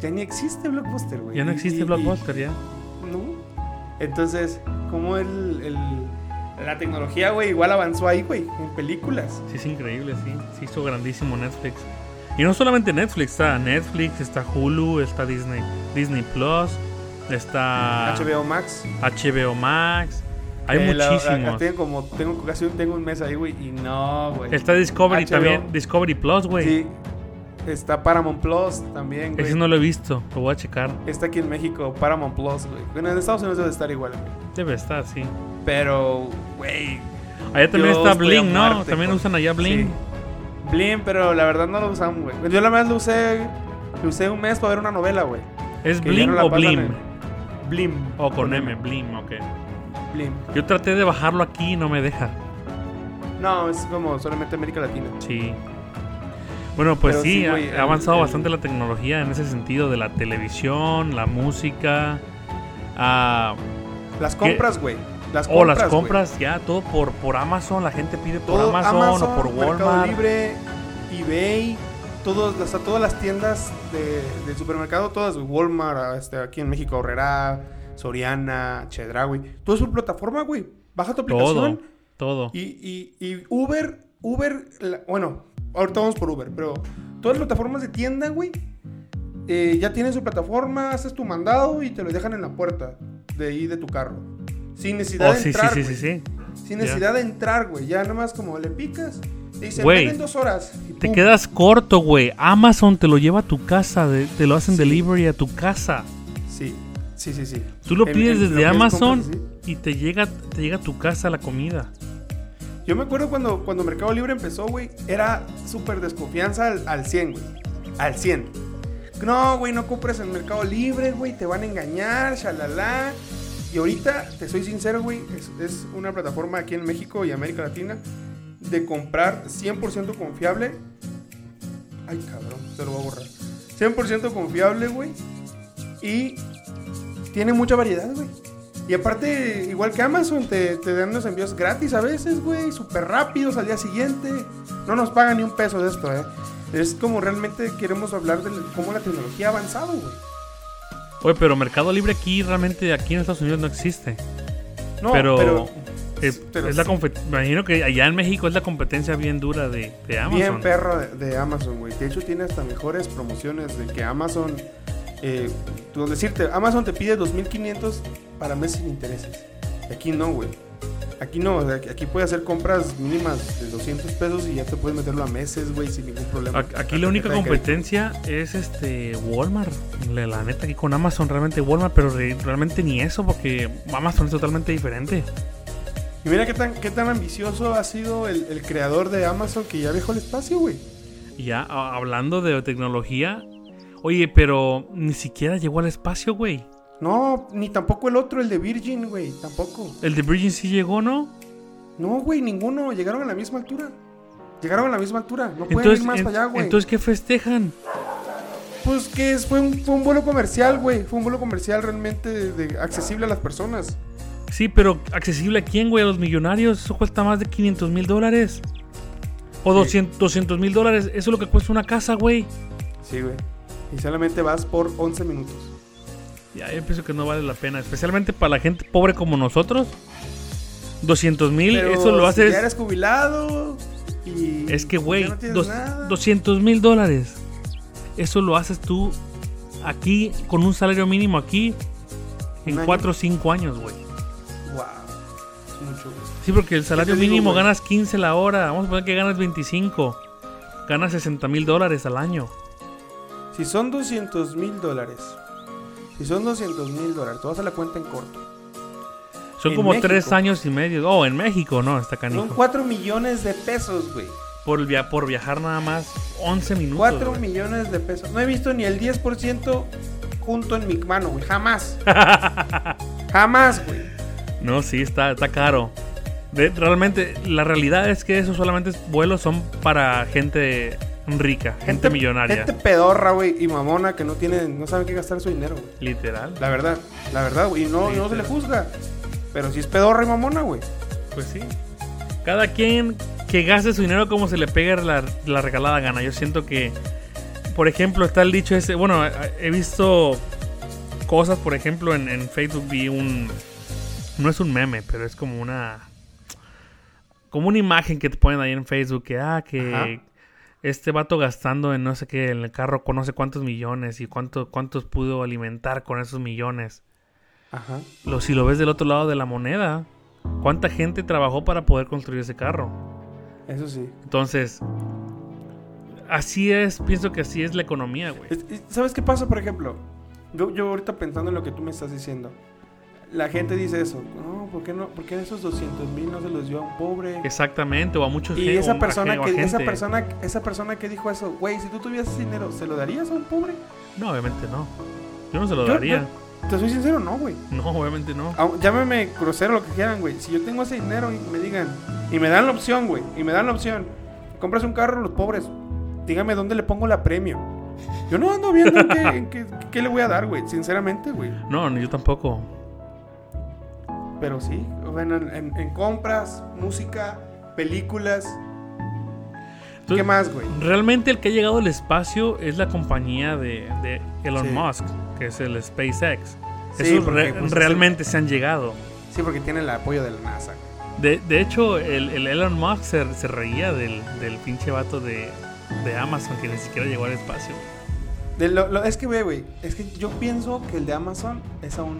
[SPEAKER 4] Ya ni existe Blockbuster, güey.
[SPEAKER 5] Ya no
[SPEAKER 4] Y- y-
[SPEAKER 5] existe
[SPEAKER 4] y-
[SPEAKER 5] Blockbuster, ya.
[SPEAKER 4] ¿No? Entonces, ¿cómo el, el- la tecnología, güey, igual avanzó ahí, güey, en películas?
[SPEAKER 5] Sí, es increíble, sí. Se hizo grandísimo Netflix. Y no solamente Netflix, está Netflix, está Hulu, está Disney, Disney Plus, está
[SPEAKER 4] HBO Max.
[SPEAKER 5] HBO Max. Hay
[SPEAKER 4] Eh, la- acá
[SPEAKER 5] muchísimos.
[SPEAKER 4] tengo como, tengo casi un- tengo un mes ahí, güey, y no, güey.
[SPEAKER 5] Está Discovery
[SPEAKER 4] HBO.
[SPEAKER 5] también, Discovery Plus, güey.
[SPEAKER 4] Sí. Está Paramount Plus también, güey.
[SPEAKER 5] Ese no lo he visto, lo voy a checar.
[SPEAKER 4] Está aquí en México, Paramount Plus, güey. Bueno, en Estados Unidos debe estar igual, güey.
[SPEAKER 5] Debe estar, sí.
[SPEAKER 4] Pero, güey.
[SPEAKER 5] Allá también
[SPEAKER 4] yo
[SPEAKER 5] está
[SPEAKER 4] estoy a
[SPEAKER 5] Bling, ¿no?
[SPEAKER 4] muerte
[SPEAKER 5] también
[SPEAKER 4] con-
[SPEAKER 5] usan allá Bling.
[SPEAKER 4] Sí. Blim, pero la verdad no lo usamos, güey. Yo la verdad lo usé, lo usé un mes para ver una novela, güey.
[SPEAKER 5] ¿Es
[SPEAKER 4] que ya
[SPEAKER 5] Bling
[SPEAKER 4] no la
[SPEAKER 5] o
[SPEAKER 4] pasan
[SPEAKER 5] Blim?
[SPEAKER 4] en- Blim.
[SPEAKER 5] O con M, Blim, ok.
[SPEAKER 4] Blim.
[SPEAKER 5] Yo traté de bajarlo aquí y no me deja.
[SPEAKER 4] No, es como solamente América Latina.
[SPEAKER 5] Sí. Bueno, pues
[SPEAKER 4] Pero
[SPEAKER 5] sí,
[SPEAKER 4] sí,
[SPEAKER 5] ha-
[SPEAKER 4] güey,
[SPEAKER 5] ha avanzado
[SPEAKER 4] el- el-
[SPEAKER 5] bastante la tecnología en ese sentido de la televisión, la música, ah,
[SPEAKER 4] Las
[SPEAKER 5] ¿Qué?
[SPEAKER 4] compras, güey. Las
[SPEAKER 5] o las
[SPEAKER 4] güey.
[SPEAKER 5] compras ya todo por por Amazon, la gente pide por
[SPEAKER 4] Todo
[SPEAKER 5] Amazon,
[SPEAKER 4] Amazon,
[SPEAKER 5] o por
[SPEAKER 4] Mercado
[SPEAKER 5] Walmart.
[SPEAKER 4] Libre, eBay, todos, hasta todas las tiendas de, del supermercado, todas, güey, Walmart, este, aquí en México, Herrera, Soriana, Chedra, güey. Todo es por plataforma, güey. Baja tu aplicación.
[SPEAKER 5] Todo, todo. Oh,
[SPEAKER 4] Y, y- y Uber, Uber, la- bueno, ahorita vamos por Uber, pero todas las plataformas de tienda, güey, eh, ya tienen su plataforma, haces tu mandado y te lo dejan en la puerta de ahí de tu carro. Sin necesidad
[SPEAKER 5] Oh,
[SPEAKER 4] de
[SPEAKER 5] sí, sí,
[SPEAKER 4] entrar.
[SPEAKER 5] sí, sí,
[SPEAKER 4] güey.
[SPEAKER 5] sí.
[SPEAKER 4] Sin
[SPEAKER 5] Ya.
[SPEAKER 4] necesidad de entrar, güey. Ya nomás como le picas, te dicen,
[SPEAKER 5] Güey,
[SPEAKER 4] ven en dos horas. y
[SPEAKER 5] Te
[SPEAKER 4] pum.
[SPEAKER 5] quedas corto, güey. Amazon te lo lleva a tu casa, de- te lo hacen delivery a tu casa.
[SPEAKER 4] Sí, sí, sí, sí.
[SPEAKER 5] Tú lo
[SPEAKER 4] En-
[SPEAKER 5] pides
[SPEAKER 4] en-
[SPEAKER 5] desde
[SPEAKER 4] lo que es
[SPEAKER 5] Amazon
[SPEAKER 4] compras, sí.
[SPEAKER 5] y te llega, te llega a tu casa la comida.
[SPEAKER 4] Yo me acuerdo cuando, cuando Mercado Libre empezó, güey, era súper desconfianza al, al 100, güey. Al 100. No, güey, no compres en Mercado Libre, güey, te van a engañar, shalala. Y ahorita, te soy sincero, güey, es, es una plataforma aquí en México y América Latina de comprar 100% confiable. Ay, cabrón, se lo voy a borrar. 100% confiable, güey. Y tiene mucha variedad, güey. Y aparte, igual que Amazon, te, te dan los envíos gratis a veces, güey, súper rápidos al día siguiente. No nos pagan ni un peso de esto, ¿eh? Es como realmente queremos hablar de cómo la tecnología ha avanzado, güey.
[SPEAKER 5] Oye, pero Mercado Libre aquí realmente aquí en Estados Unidos no existe.
[SPEAKER 4] No,
[SPEAKER 5] pero, eh,
[SPEAKER 4] pero
[SPEAKER 5] es la
[SPEAKER 4] sí,
[SPEAKER 5] compet- me imagino que allá en México es la competencia bien dura de, de Amazon.
[SPEAKER 4] bien perro de, de Amazon, güey. De hecho, tiene hasta mejores promociones de que Amazon... Eh, tú- decirte, Amazon te pide 2.500 para meses sin intereses. Y Aquí no, güey. Aquí no, o sea, aquí puedes hacer compras mínimas de 200 pesos y ya te puedes meterlo a meses, güey, sin ningún problema.
[SPEAKER 5] A- Aquí
[SPEAKER 4] La
[SPEAKER 5] la única
[SPEAKER 4] tarjeta de crédito.
[SPEAKER 5] competencia es este Walmart. La, la neta, aquí con Amazon realmente Walmart, pero re- realmente ni eso, porque Amazon es totalmente diferente.
[SPEAKER 4] Y mira qué tan, qué tan ambicioso ha sido el, el creador de Amazon que ya viajó al espacio, güey.
[SPEAKER 5] Y ya a- hablando de tecnología, oye, pero ni siquiera llegó al espacio, güey.
[SPEAKER 4] No, ni tampoco el otro, el de Virgin, güey, tampoco.
[SPEAKER 5] El de Virgin sí llegó, ¿no?
[SPEAKER 4] No, güey, ninguno. Llegaron a la misma altura. Llegaron a la misma altura. No pueden
[SPEAKER 5] Entonces,
[SPEAKER 4] ir más
[SPEAKER 5] en-
[SPEAKER 4] para allá, güey.
[SPEAKER 5] entonces, ¿qué festejan?
[SPEAKER 4] Pues que es, fue, un, fue un vuelo comercial, güey. Fue un vuelo comercial realmente de- de- accesible a las personas.
[SPEAKER 5] Sí, pero accesible a quién, güey, a los millonarios. Eso cuesta más de 500 mil dólares. O 200 mil dólares. Eso es lo que cuesta una casa, güey.
[SPEAKER 4] Sí, güey. Y solamente vas por 11 minutos.
[SPEAKER 5] Ya, yo pienso que no vale la pena. Especialmente para la gente pobre como nosotros. 200 mil,
[SPEAKER 4] Pero
[SPEAKER 5] eso lo
[SPEAKER 4] si
[SPEAKER 5] haces.
[SPEAKER 4] ya eres jubilado y...
[SPEAKER 5] Es que, güey,
[SPEAKER 4] ya no tienes
[SPEAKER 5] dos-
[SPEAKER 4] nada.
[SPEAKER 5] 200 mil dólares. Eso lo haces tú aquí con un salario mínimo aquí
[SPEAKER 4] Un
[SPEAKER 5] en
[SPEAKER 4] año.
[SPEAKER 5] 4 o 5 años, güey.
[SPEAKER 4] Wow. Es mucho, güey.
[SPEAKER 5] Sí, porque el salario
[SPEAKER 4] digo,
[SPEAKER 5] mínimo
[SPEAKER 4] güey?
[SPEAKER 5] ganas 15 la hora. Vamos a poner que ganas 25. Ganas 60 mil dólares al año.
[SPEAKER 4] Si son 200 mil dólares. Si son 200 mil dólares. Tú vas a la cuenta en corto.
[SPEAKER 5] Son
[SPEAKER 4] En
[SPEAKER 5] como 3
[SPEAKER 4] México.
[SPEAKER 5] años y medio. Oh, en México, no, está canijo.
[SPEAKER 4] Son 4 millones de pesos, güey.
[SPEAKER 5] Por, via- por viajar nada más 11 minutos.
[SPEAKER 4] 4
[SPEAKER 5] güey.
[SPEAKER 4] millones de pesos. No he visto ni el 10% junto en mi mano, güey. Jamás. Jamás, güey.
[SPEAKER 5] No, sí, está, está caro. De- realmente, la realidad es que esos solamente vuelos son para gente rica, gente, millonaria.
[SPEAKER 4] Gente pedorra, güey. Y mamona que no tienen, no saben qué gastar su dinero, güey.
[SPEAKER 5] Literal.
[SPEAKER 4] La verdad, la verdad, güey. Y no, no se le juzga. Pero si es pedorra y mamona, güey.
[SPEAKER 5] Pues sí. Cada quien que gaste su dinero como se le pegue la, la regalada gana. Yo siento que, por ejemplo, está el dicho ese. Bueno, a- a- he visto cosas, por ejemplo, en, en Facebook vi un. No es un meme, pero es como una. Como una imagen que te ponen ahí en Facebook que, ah, que.
[SPEAKER 4] Ajá.
[SPEAKER 5] Este vato gastando en no sé qué, en el carro con no sé cuántos millones y cuánto, cuántos pudo alimentar con esos millones
[SPEAKER 4] Ajá.
[SPEAKER 5] lo, si lo ves del otro lado de la moneda, cuánta gente trabajó para poder construir ese carro.
[SPEAKER 4] Eso sí.
[SPEAKER 5] Entonces, así es, pienso que así es la economía, güey.
[SPEAKER 4] Es- es- ¿Sabes qué pasa, por ejemplo? Yo, yo ahorita pensando en lo que tú me estás diciendo. La gente dice eso. No, ¿por qué, no, ¿por qué esos 200 mil no se los dio a un pobre?
[SPEAKER 5] Exactamente, o a muchos
[SPEAKER 4] Y
[SPEAKER 5] gen- o
[SPEAKER 4] esa
[SPEAKER 5] a
[SPEAKER 4] persona,
[SPEAKER 5] gen- o a
[SPEAKER 4] que, esa,
[SPEAKER 5] gente.
[SPEAKER 4] persona, esa persona que dijo eso, güey, si tú tuvieras ese dinero, ¿se lo darías a un pobre?
[SPEAKER 5] No, obviamente no. Yo no se lo
[SPEAKER 4] Yo-
[SPEAKER 5] daría.
[SPEAKER 4] yo- te soy sincero, no, Ah. güey.
[SPEAKER 5] No, obviamente no.
[SPEAKER 4] Au- Llámeme crucero, lo que quieran, güey. Si yo tengo ese dinero y me digan, y me dan la opción, güey, y me dan la opción, compras un carro, los pobres, dígame dónde le pongo la premium. Yo no ando viendo en qué, en qué- qué le voy a dar, güey, sinceramente, güey.
[SPEAKER 5] No, ni yo tampoco.
[SPEAKER 4] Pero sí, bueno, en, en- en compras, música, películas. ¿Qué
[SPEAKER 5] Entonces,
[SPEAKER 4] más, güey?
[SPEAKER 5] Realmente el que ha llegado al espacio es la compañía de, de Elon
[SPEAKER 4] Sí.
[SPEAKER 5] Musk, que es el SpaceX.
[SPEAKER 4] Sí,
[SPEAKER 5] Esos
[SPEAKER 4] porque,
[SPEAKER 5] re-
[SPEAKER 4] pues,
[SPEAKER 5] realmente se han llegado.
[SPEAKER 4] Sí, porque tiene el apoyo de la NASA. güey.
[SPEAKER 5] De, de hecho, el, el Elon Musk se, se reía del, del pinche vato de, de Amazon que ni siquiera llegó al espacio.
[SPEAKER 4] De lo- lo- es que, güey, güey, es que yo pienso que el de Amazon es aún.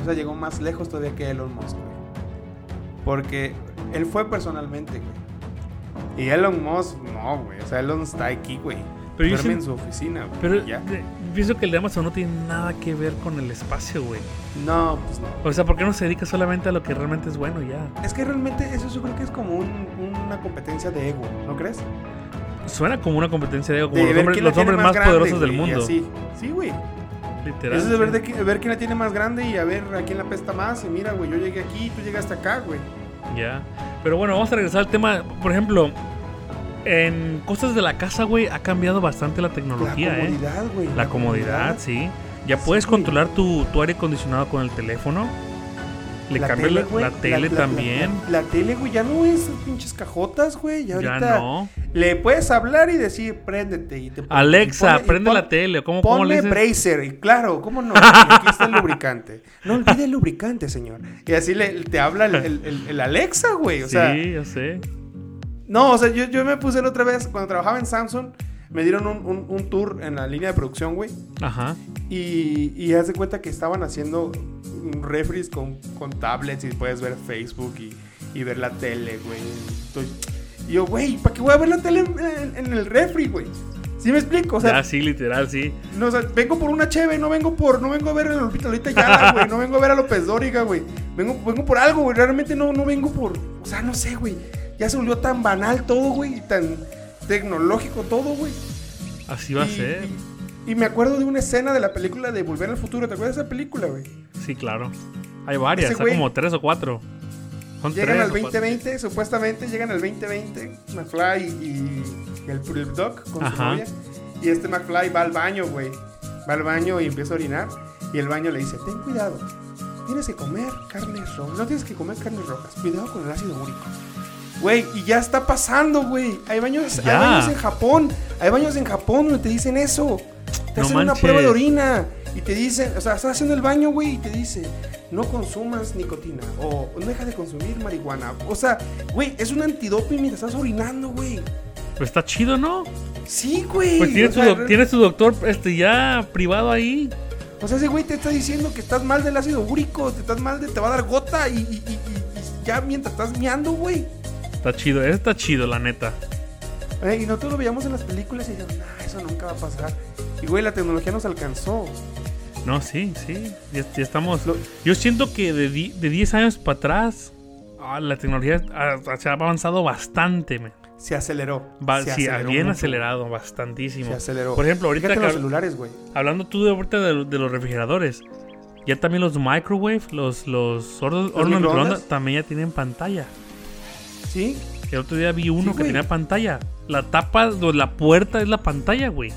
[SPEAKER 4] O sea, llegó más lejos todavía que Elon Musk, güey. Porque él fue personalmente, güey. Y Elon Musk, no, güey. O sea, Elon está aquí, güey.
[SPEAKER 5] Pero yo
[SPEAKER 4] Duerme
[SPEAKER 5] sien-
[SPEAKER 4] en su oficina, güey.
[SPEAKER 5] Pero
[SPEAKER 4] y ya.
[SPEAKER 5] de- pienso que el de Amazon no tiene nada que ver con el espacio, güey.
[SPEAKER 4] No, pues no.
[SPEAKER 5] O sea, ¿por qué no se dedica solamente a lo que realmente es bueno y ya?
[SPEAKER 4] Es que realmente eso yo creo que es como un- una competencia de ego, ¿no crees?
[SPEAKER 5] Suena como una competencia de ego,
[SPEAKER 4] De
[SPEAKER 5] como los
[SPEAKER 4] ver
[SPEAKER 5] hombres,
[SPEAKER 4] quién la
[SPEAKER 5] los
[SPEAKER 4] tiene
[SPEAKER 5] hombres más,
[SPEAKER 4] grande,
[SPEAKER 5] poderosos del
[SPEAKER 4] güey, y
[SPEAKER 5] mundo.
[SPEAKER 4] así. Sí, güey.
[SPEAKER 5] Literal.
[SPEAKER 4] Eso es de ver,
[SPEAKER 5] sí.
[SPEAKER 4] de qui- ver quién la tiene más grande y a ver a quién la pesta más. Y mira, güey, yo llegué aquí, tú llegaste acá, güey.
[SPEAKER 5] Ya. Pero bueno, vamos a regresar al tema. Por ejemplo, en cosas de la casa, güey, ha cambiado bastante la
[SPEAKER 4] La
[SPEAKER 5] tecnología, ¿eh?
[SPEAKER 4] comodidad, güey.
[SPEAKER 5] La comodidad, sí. Ya puedes
[SPEAKER 4] Sí.
[SPEAKER 5] controlar tu, tu aire acondicionado con el teléfono. Le
[SPEAKER 4] La
[SPEAKER 5] cambias la-
[SPEAKER 4] güey,
[SPEAKER 5] la, tele
[SPEAKER 4] la-
[SPEAKER 5] también.
[SPEAKER 4] La, la tele, güey, ya no es pinches cajotas, güey. Ya ahorita
[SPEAKER 5] ya no.
[SPEAKER 4] le puedes hablar y decir, préndete. Y te pon-
[SPEAKER 5] Alexa,
[SPEAKER 4] y pon- y
[SPEAKER 5] prende
[SPEAKER 4] pon-
[SPEAKER 5] la tele. ¿Cómo, cómo le
[SPEAKER 4] Ponle
[SPEAKER 5] dices?
[SPEAKER 4] bracer, y claro, ¿cómo no? Y Aquí está el lubricante. No olvide el lubricante, señor. Y así le, te habla el, el- el- el Alexa, güey. O
[SPEAKER 5] sí,
[SPEAKER 4] sea,
[SPEAKER 5] yo sé.
[SPEAKER 4] no, o sea, yo, yo me puse la otra vez, cuando trabajaba en Samsung, me dieron un, un- un tour en la línea de producción, güey.
[SPEAKER 5] Ajá.
[SPEAKER 4] Y, y haz de cuenta que estaban haciendo mm, refries con, con tablets y puedes ver Facebook y, y ver la tele, güey. Entonces, y yo, güey, ¿para qué voy a ver la tele en, en- en el refri, güey? ¿Sí me explico? O sea,
[SPEAKER 5] ya, sí, literal, sí.
[SPEAKER 4] no, o sea, vengo por una cheve, no vengo por, no vengo a ver a Lupita Lolita Yala, güey, no vengo a ver a López Dóriga, güey. Vengo, vengo por algo, güey, realmente no, no vengo por, o sea, no sé, güey. Ya se volvió tan banal todo, güey, y tan tecnológico todo, güey.
[SPEAKER 5] Así va a
[SPEAKER 4] Y-
[SPEAKER 5] ser.
[SPEAKER 4] Y, y me acuerdo de una escena de la película de Volver al Futuro, ¿te acuerdas de esa película, güey?
[SPEAKER 5] Sí, claro. Hay varias,
[SPEAKER 4] Ese
[SPEAKER 5] hay
[SPEAKER 4] güey-
[SPEAKER 5] como tres o cuatro. Son
[SPEAKER 4] Llegan
[SPEAKER 5] tres
[SPEAKER 4] al
[SPEAKER 5] o cuatro.
[SPEAKER 4] 2020, supuestamente llegan al 2020, McFly y, y el, el Doc con su
[SPEAKER 5] Ajá.
[SPEAKER 4] novia. Y este McFly va al baño, güey. Va al baño y empieza a orinar. Y el baño le dice, ten cuidado. Tienes que comer carnes rojas. No tienes que comer carnes rojas. Cuidado con el ácido úrico. Güey, y ya está pasando, güey. Hay baños, hay
[SPEAKER 5] Ya.
[SPEAKER 4] baños en Japón. Hay baños en Japón donde te dicen eso. Te
[SPEAKER 5] No
[SPEAKER 4] hacen una prueba de
[SPEAKER 5] manches.
[SPEAKER 4] orina y te dicen, o sea, estás haciendo el baño, güey, y te dice, no consumas nicotina o no deja de consumir marihuana. O sea, güey, es un antidoping mientras estás orinando, güey.
[SPEAKER 5] Pero está chido, ¿no?
[SPEAKER 4] Sí, güey.
[SPEAKER 5] Pues
[SPEAKER 4] o
[SPEAKER 5] tienes tu,
[SPEAKER 4] sea,
[SPEAKER 5] doc- tienes tu doctor este, ya privado ahí.
[SPEAKER 4] O sea, ese güey te está diciendo que estás mal del ácido úrico, te estás mal, de, te va a dar gota y, y- y- y- y ya mientras estás meando, güey.
[SPEAKER 5] Está chido, eso está chido, la neta.
[SPEAKER 4] Eh, y nosotros lo veíamos en las películas y decíamos, nah, eso nunca va a pasar. Y, güey, la tecnología nos alcanzó.
[SPEAKER 5] No, sí, sí. Ya, ya estamos.
[SPEAKER 4] Lo-
[SPEAKER 5] Yo siento que de, di- de 10 años para atrás, ah, la tecnología ah, se ha avanzado bastante, man.
[SPEAKER 4] Se aceleró.
[SPEAKER 5] Va-
[SPEAKER 4] se
[SPEAKER 5] sí, bien
[SPEAKER 4] mucho.
[SPEAKER 5] acelerado, bastantísimo.
[SPEAKER 4] Se aceleró.
[SPEAKER 5] Por ejemplo, ahorita
[SPEAKER 4] Fíjate
[SPEAKER 5] que
[SPEAKER 4] los
[SPEAKER 5] hab-
[SPEAKER 4] celulares, güey.
[SPEAKER 5] hablando tú de ahorita de, de los refrigeradores, ya también los microwave, los, los hornos, hornos de
[SPEAKER 4] microondas?
[SPEAKER 5] microondas también ya tienen pantalla.
[SPEAKER 4] ¿Sí?
[SPEAKER 5] El otro día vi uno
[SPEAKER 4] Sí,
[SPEAKER 5] que
[SPEAKER 4] güey.
[SPEAKER 5] tenía pantalla. La tapa, o la puerta es la pantalla, güey.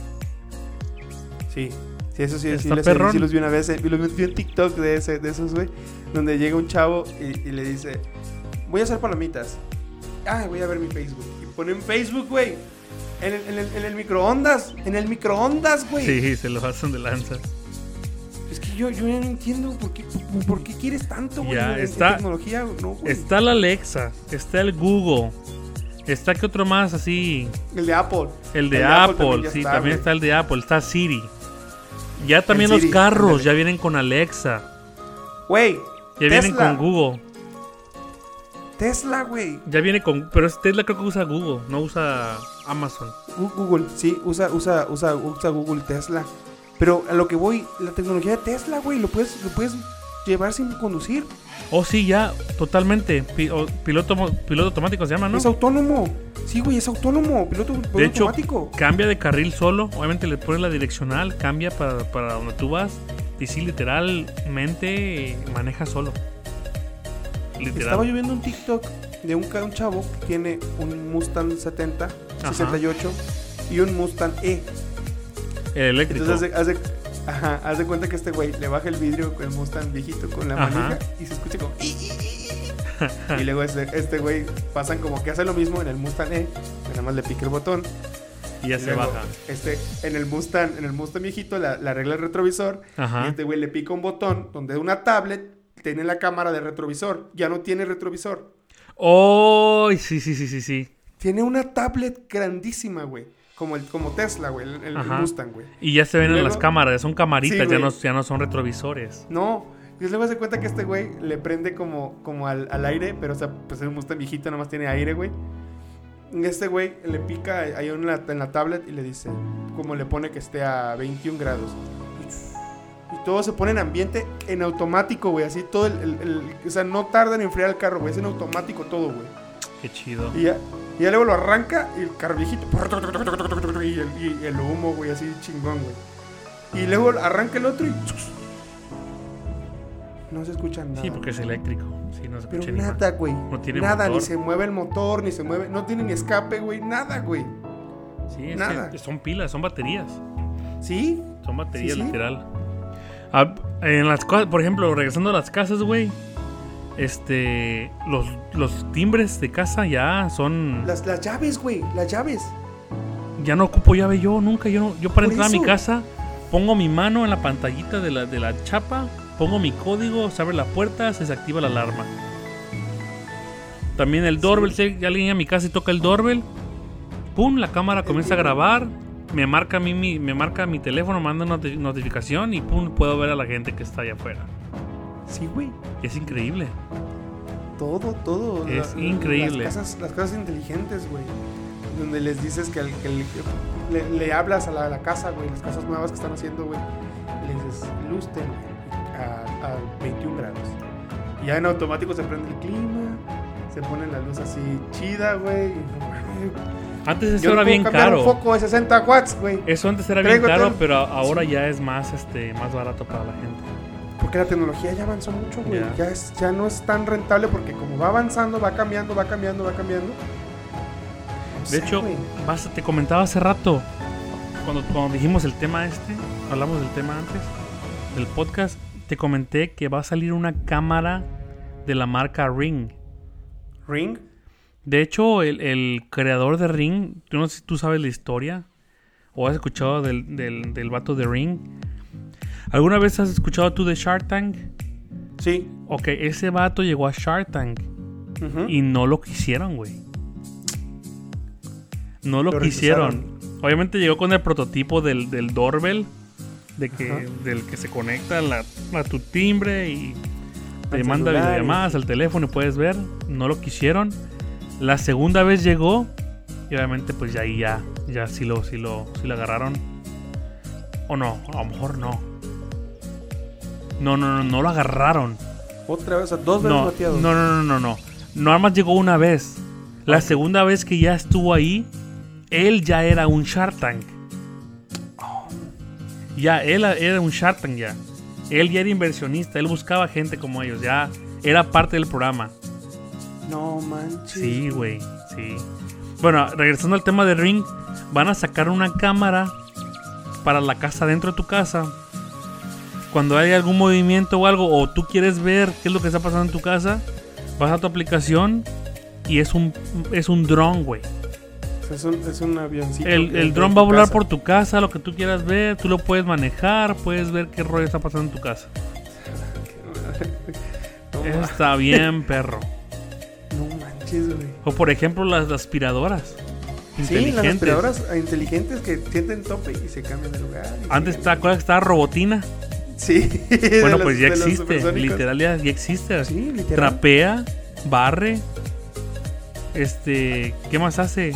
[SPEAKER 4] Sí. Sí, eso sí, sí,
[SPEAKER 5] Está
[SPEAKER 4] les-
[SPEAKER 5] perrón.
[SPEAKER 4] sí los vi una vez. eh, Vi, los vi en TikTok de, ese, de esos, güey. Donde llega un chavo y, y le dice: Voy a hacer palomitas. Ah, voy a ver mi Facebook. Y ponen Facebook, güey. En el, en el- en el microondas. En el microondas, güey.
[SPEAKER 5] Sí, se lo hacen de lanza.
[SPEAKER 4] Es que yo, yo ya no entiendo por qué, por qué quieres tanto, güey.
[SPEAKER 5] Ya,
[SPEAKER 4] en- en
[SPEAKER 5] está-
[SPEAKER 4] tecnología, no, güey.
[SPEAKER 5] Está la Alexa, está el Google, está que otro más así,
[SPEAKER 4] El de Apple.
[SPEAKER 5] el de Apple,
[SPEAKER 4] ya
[SPEAKER 5] sí, también
[SPEAKER 4] güey.
[SPEAKER 5] está el de Apple, está Siri. Ya también
[SPEAKER 4] El
[SPEAKER 5] los
[SPEAKER 4] Siri,
[SPEAKER 5] carros
[SPEAKER 4] ándale.
[SPEAKER 5] ya vienen con Alexa,
[SPEAKER 4] Güey.
[SPEAKER 5] ya vienen con
[SPEAKER 4] Tesla.
[SPEAKER 5] Google,
[SPEAKER 4] Tesla, güey.
[SPEAKER 5] ya viene con, pero es Tesla creo que usa Google, no usa Amazon.
[SPEAKER 4] Gu- Google, sí, usa, usa, usa, usa Google Tesla. Pero a lo que voy, la tecnología de Tesla, güey, lo puedes, lo puedes llevar sin conducir.
[SPEAKER 5] Oh sí, ya totalmente, Pi- o- piloto mo- piloto automático se llama, ¿no?
[SPEAKER 4] Es autónomo. Sí, güey, es autónomo. Piloto, piloto
[SPEAKER 5] De hecho,
[SPEAKER 4] Pues automático.
[SPEAKER 5] cambia de carril solo, obviamente le pones la direccional, cambia para, para donde tú vas y sí, literalmente maneja solo. Literal.
[SPEAKER 4] Estaba yo viendo un TikTok de un, ca- un chavo que tiene un Mustang 70,
[SPEAKER 5] Ajá.
[SPEAKER 4] 68. y un Mustang E.
[SPEAKER 5] El eléctrico.
[SPEAKER 4] Entonces hace, hace, ajá, hace cuenta que este güey le baja el vidrio con el Mustang viejito con la
[SPEAKER 5] Ajá.
[SPEAKER 4] manija y se escucha como. Y luego este este güey pasan como que hace lo mismo en el Mustang E, que nada más le pica el botón.
[SPEAKER 5] y ya
[SPEAKER 4] Y
[SPEAKER 5] se
[SPEAKER 4] luego,
[SPEAKER 5] baja.
[SPEAKER 4] Este, en el Mustang, en el Mustang viejito, la, la regla del retrovisor.
[SPEAKER 5] Ajá.
[SPEAKER 4] Y este güey le pica un botón donde una tablet tiene la cámara de retrovisor. Ya no tiene retrovisor.
[SPEAKER 5] ¡Oh! Sí, sí, sí, sí, sí.
[SPEAKER 4] Tiene una tablet grandísima, güey. Como, el, como Tesla, güey, el, el
[SPEAKER 5] Ajá.
[SPEAKER 4] Mustang, güey.
[SPEAKER 5] Y ya se ven en
[SPEAKER 4] Luego-
[SPEAKER 5] las cámaras, son camaritas,
[SPEAKER 4] Sí,
[SPEAKER 5] ya,
[SPEAKER 4] güey.
[SPEAKER 5] no, ya no son retrovisores.
[SPEAKER 4] Pues, No. Y luego se cuenta que este güey le prende como, como al, al aire, pero o sea, pues el Mustang viejito nomás tiene aire, güey. Y Este güey le pica ahí en la, en la tablet y le dice, como le pone que esté a 21 grados. Y todo se pone en ambiente en automático, güey. Así todo el, el- el- O sea, no tarda en enfriar el carro, güey. Es en automático todo, güey.
[SPEAKER 5] Qué chido.
[SPEAKER 4] Y ya, y ya luego lo arranca y el carro viejito. Y el, y el humo, güey, así chingón, güey. Y luego arranca el otro y. No se escucha nada.
[SPEAKER 5] Sí, porque es eléctrico. Sí, no se
[SPEAKER 4] Pero
[SPEAKER 5] escucha ni
[SPEAKER 4] nada, güey.
[SPEAKER 5] No tiene
[SPEAKER 4] nada, ni
[SPEAKER 5] motor.
[SPEAKER 4] se mueve el motor, ni se mueve. No tiene ni escape, güey. Nada, güey.
[SPEAKER 5] más. Sí, es que
[SPEAKER 4] nada.
[SPEAKER 5] son pilas, son baterías.
[SPEAKER 4] ¿Sí?
[SPEAKER 5] Son baterías,
[SPEAKER 4] Sí, sí.
[SPEAKER 5] literal. Ah, en las cosas, por ejemplo, regresando a las casas, güey. Este. Los, los timbres de casa ya son.
[SPEAKER 4] Las, las llaves, güey. Las llaves.
[SPEAKER 5] Ya no ocupo llave yo, nunca. Yo, no- yo para
[SPEAKER 4] Por
[SPEAKER 5] entrar a mi
[SPEAKER 4] eso.
[SPEAKER 5] casa, pongo mi mano en la pantallita de la, de la chapa, pongo mi código, se abre la puerta, se desactiva la alarma. También el doorbell, si alguien llega a mi casa y toca el doorbell, pum, la cámara comienza a grabar, me marca, a mí mi, me marca mi teléfono, manda una noti- notificación y pum, puedo ver a la gente que está allá afuera.
[SPEAKER 4] Sí, güey.
[SPEAKER 5] Es increíble.
[SPEAKER 4] Todo, todo.
[SPEAKER 5] Es increíble.
[SPEAKER 4] Las casas, las casas inteligentes, güey. Donde les dices que, al- que el- que le, le hablas a la, a la casa, güey. Las casas nuevas que están haciendo, güey. Le dices, lusten a, a 21 grados. Y ya en automático se prende el clima. Se pone la luz así chida, güey. y no mames.
[SPEAKER 5] Antes eso
[SPEAKER 4] Yo
[SPEAKER 5] era
[SPEAKER 4] le puedo
[SPEAKER 5] bien
[SPEAKER 4] cambiar
[SPEAKER 5] caro.
[SPEAKER 4] un foco de 60 watts, güey.
[SPEAKER 5] Eso antes era bien
[SPEAKER 4] Traigo
[SPEAKER 5] caro,
[SPEAKER 4] todo-
[SPEAKER 5] pero ahora ya es más, este, más barato para la gente.
[SPEAKER 4] Porque la tecnología ya avanzó mucho, güey.
[SPEAKER 5] Ya.
[SPEAKER 4] Ya, es- ya no es tan rentable porque como va avanzando, va cambiando, va cambiando, va cambiando. No
[SPEAKER 5] De
[SPEAKER 4] sé,
[SPEAKER 5] hecho,
[SPEAKER 4] güey.
[SPEAKER 5] vas- te comentaba hace rato, cuando, cuando dijimos el tema este, hablamos del tema antes del podcast, te comenté que va a salir una cámara de la marca Ring.
[SPEAKER 4] Ring.
[SPEAKER 5] De hecho, el, el creador de Ring, yo no sé si tú sabes la historia o has escuchado del, del, del vato de Ring. ¿Alguna vez has escuchado tú de Shark Tank?
[SPEAKER 4] Sí.
[SPEAKER 5] Ok, ese vato llegó a Shark Tank
[SPEAKER 4] Ujú.
[SPEAKER 5] y no lo quisieron, güey. No lo,
[SPEAKER 4] Lo
[SPEAKER 5] quisieron. Obviamente llegó con el prototipo del, del doorbell, de que,
[SPEAKER 4] Ajá.
[SPEAKER 5] del que se conecta a la- a tu timbre y te
[SPEAKER 4] Al
[SPEAKER 5] manda
[SPEAKER 4] celular,
[SPEAKER 5] videollamadas al teléfono y puedes ver. No lo quisieron. La segunda vez llegó y obviamente pues ya ahí ya, ya sí lo, sí lo, sí lo agarraron. O no, a lo mejor no. No, no, no, no lo agarraron.
[SPEAKER 4] Otra vez, o sea, dos veces
[SPEAKER 5] No,
[SPEAKER 4] bateado.
[SPEAKER 5] No, no, no, no, no. Nada más llegó una vez. La segunda vez que ya estuvo ahí, él ya era un Shark Tank. Ya, él a- era un Shark Tank ya. Él ya era inversionista, él buscaba gente como ellos, ya era parte del programa.
[SPEAKER 4] No manches.
[SPEAKER 5] Sí, güey, sí. Bueno, regresando al tema de Ring, van a sacar una cámara para la casa dentro de tu casa. Cuando hay algún movimiento o algo, o tú quieres ver qué es lo que está pasando en tu casa, vas a tu aplicación y es un, es un dron, güey.
[SPEAKER 4] O sea, Es un, es un avioncito.
[SPEAKER 5] El,
[SPEAKER 4] que
[SPEAKER 5] el
[SPEAKER 4] entra
[SPEAKER 5] dron
[SPEAKER 4] en
[SPEAKER 5] va a
[SPEAKER 4] tu
[SPEAKER 5] volar
[SPEAKER 4] casa.
[SPEAKER 5] por tu casa, lo que tú quieras ver, tú lo puedes manejar, puedes ver qué rollo está pasando en tu
[SPEAKER 4] <laughs>
[SPEAKER 5] casa.
[SPEAKER 4] No,
[SPEAKER 5] Eso
[SPEAKER 4] ma-
[SPEAKER 5] está bien, perro.
[SPEAKER 4] no manches, güey.
[SPEAKER 5] O por ejemplo, las aspiradoras.
[SPEAKER 4] Sí, las
[SPEAKER 5] inteligentes.
[SPEAKER 4] aspiradoras eh, inteligentes que sienten tope y se cambian de lugar. y se
[SPEAKER 5] Antes
[SPEAKER 4] cambian.
[SPEAKER 5] está, ¿cuál estaba robotina?
[SPEAKER 4] Sí.
[SPEAKER 5] <laughs>
[SPEAKER 4] de
[SPEAKER 5] Bueno,
[SPEAKER 4] los-
[SPEAKER 5] pues ya
[SPEAKER 4] de los
[SPEAKER 5] existe,
[SPEAKER 4] supersónicos.
[SPEAKER 5] literal ya, ya existe.
[SPEAKER 4] Sí, literal.
[SPEAKER 5] Trapea, barre, este, ¿qué más hace?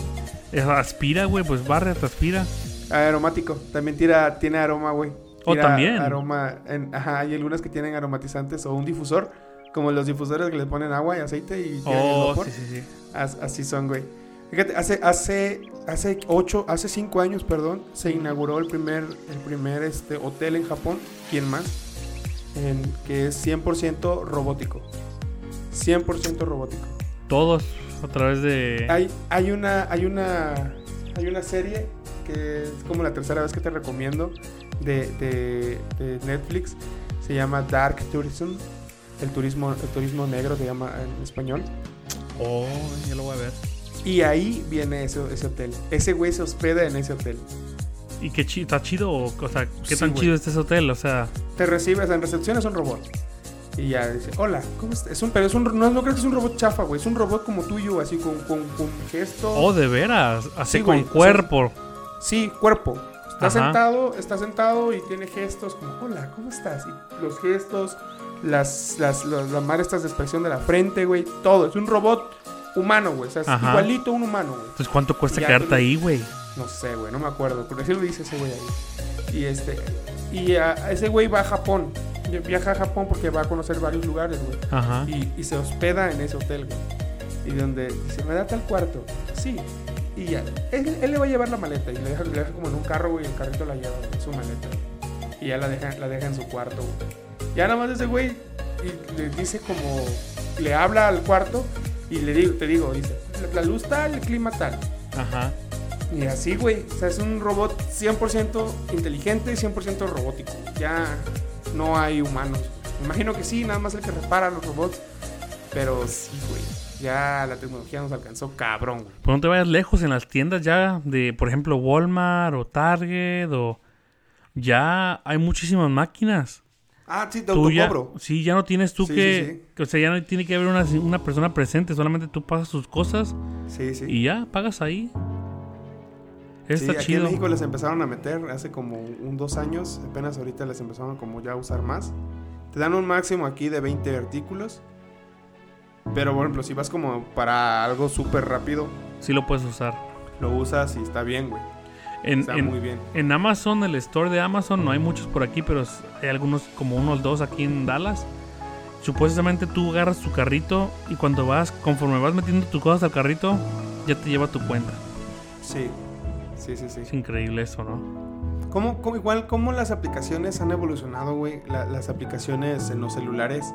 [SPEAKER 5] Eh, Aspira, güey, pues barre, transpira.
[SPEAKER 4] Aromático. También tira, tiene aroma, güey.
[SPEAKER 5] Oh,
[SPEAKER 4] Tira
[SPEAKER 5] también.
[SPEAKER 4] Aroma. en- ajá, hay algunas que tienen aromatizantes o un difusor. Como los difusores que le ponen agua y aceite y tiran el
[SPEAKER 5] Oh,
[SPEAKER 4] vapor.
[SPEAKER 5] sí, sí, sí.
[SPEAKER 4] As- así son, güey. Fíjate, hace, hace, hace ocho, hace cinco años, perdón, se inauguró el primer, el primer este, hotel en Japón, ¿quién más? En, que es 100% robótico. 100% robótico.
[SPEAKER 5] Todos a través de...
[SPEAKER 4] Hay, hay una, hay una, hay una serie que es como la tercera vez que te recomiendo de, de- de Netflix. Se llama Dark Tourism. El turismo, el turismo negro se llama en español.
[SPEAKER 5] Oh, ya lo voy a ver.
[SPEAKER 4] Y ahí viene ese, ese hotel. Ese güey se hospeda en ese hotel.
[SPEAKER 5] ¿Y qué chido? ¿Está chido? O, o sea, ¿qué
[SPEAKER 4] Sí,
[SPEAKER 5] tan
[SPEAKER 4] güey.
[SPEAKER 5] chido está ese hotel? O sea,
[SPEAKER 4] Te recibes en recepción, es un robot. Y ya dice, hola, ¿cómo estás? Es un, pero es un, no, no creo que es un robot chafa, güey. Es un robot como tuyo, así con, con, con gesto.
[SPEAKER 5] oh, de veras. Así
[SPEAKER 4] Sí,
[SPEAKER 5] con
[SPEAKER 4] güey.
[SPEAKER 5] cuerpo.
[SPEAKER 4] Sí, cuerpo. Está
[SPEAKER 5] Ajá.
[SPEAKER 4] sentado, está sentado y tiene gestos como, hola, ¿cómo estás? Y los gestos, las, las, las, las mar estas de expresión de la frente, güey, todo. Es un robot humano, güey. O sea, es
[SPEAKER 5] Ajá.
[SPEAKER 4] igualito a un humano, güey.
[SPEAKER 5] Entonces, Pues, ¿cuánto cuesta
[SPEAKER 4] Ya,
[SPEAKER 5] quedarte
[SPEAKER 4] pero-
[SPEAKER 5] ahí, güey?
[SPEAKER 4] No sé, güey, no me acuerdo. Por decirlo dice ese güey ahí. Y este. Y ah, ese güey va a Japón. Viaja a Japón porque va a conocer varios lugares, güey.
[SPEAKER 5] Ajá.
[SPEAKER 4] Y, y se hospeda en ese hotel, güey. Y donde dice, ¿me da tal cuarto? Sí. Y ya. Él, él le va a llevar la maleta y le deja, le deja como en un carro, güey. y El carrito la lleva, güey, su maleta. Y ya la deja, la deja en su cuarto, güey. Ya nada más ese güey y le dice como. Le habla al cuarto y le digo, te digo, dice, la, la luz tal, el clima tal.
[SPEAKER 5] Ajá.
[SPEAKER 4] Y así, güey. O sea, es un robot 100% inteligente y 100% robótico. Ya no hay humanos. Me imagino que sí, nada más el que repara los robots. Pero sí, güey. Ya la tecnología nos alcanzó cabrón, güey.
[SPEAKER 5] Pues no te vayas lejos en las tiendas ya de, por ejemplo, Walmart o Target o... Ya hay muchísimas máquinas.
[SPEAKER 4] Ah, sí, te
[SPEAKER 5] Tú ya,
[SPEAKER 4] autocobro.
[SPEAKER 5] sí, ya no tienes tú
[SPEAKER 4] Sí,
[SPEAKER 5] que...
[SPEAKER 4] sí,
[SPEAKER 5] O sea, ya no tiene que haber una, una persona presente. Solamente tú pasas tus cosas
[SPEAKER 4] Sí, sí.
[SPEAKER 5] y ya pagas ahí.
[SPEAKER 4] Sí,
[SPEAKER 5] Está
[SPEAKER 4] aquí en
[SPEAKER 5] chido.
[SPEAKER 4] México les empezaron a meter hace como un dos años, apenas ahorita les empezaron como ya a usar más. Te dan un máximo aquí de 20 artículos. Pero por ejemplo, si vas como para algo súper rápido,
[SPEAKER 5] Sí lo puedes usar.
[SPEAKER 4] lo usas y está bien, güey.
[SPEAKER 5] En,
[SPEAKER 4] Está
[SPEAKER 5] en-
[SPEAKER 4] muy bien.
[SPEAKER 5] en Amazon, el store de Amazon, no hay muchos por aquí, pero s- hay algunos, como unos dos aquí en Dallas. Supuestamente tú agarras tu carrito y cuando vas, conforme vas metiendo tus cosas al carrito, ya te lleva tu cuenta.
[SPEAKER 4] Sí, sí, sí, sí.
[SPEAKER 5] Es increíble eso, ¿no?
[SPEAKER 4] ¿Cómo, cómo- igual, ¿cómo las aplicaciones han evolucionado, güey? La- las aplicaciones en los celulares.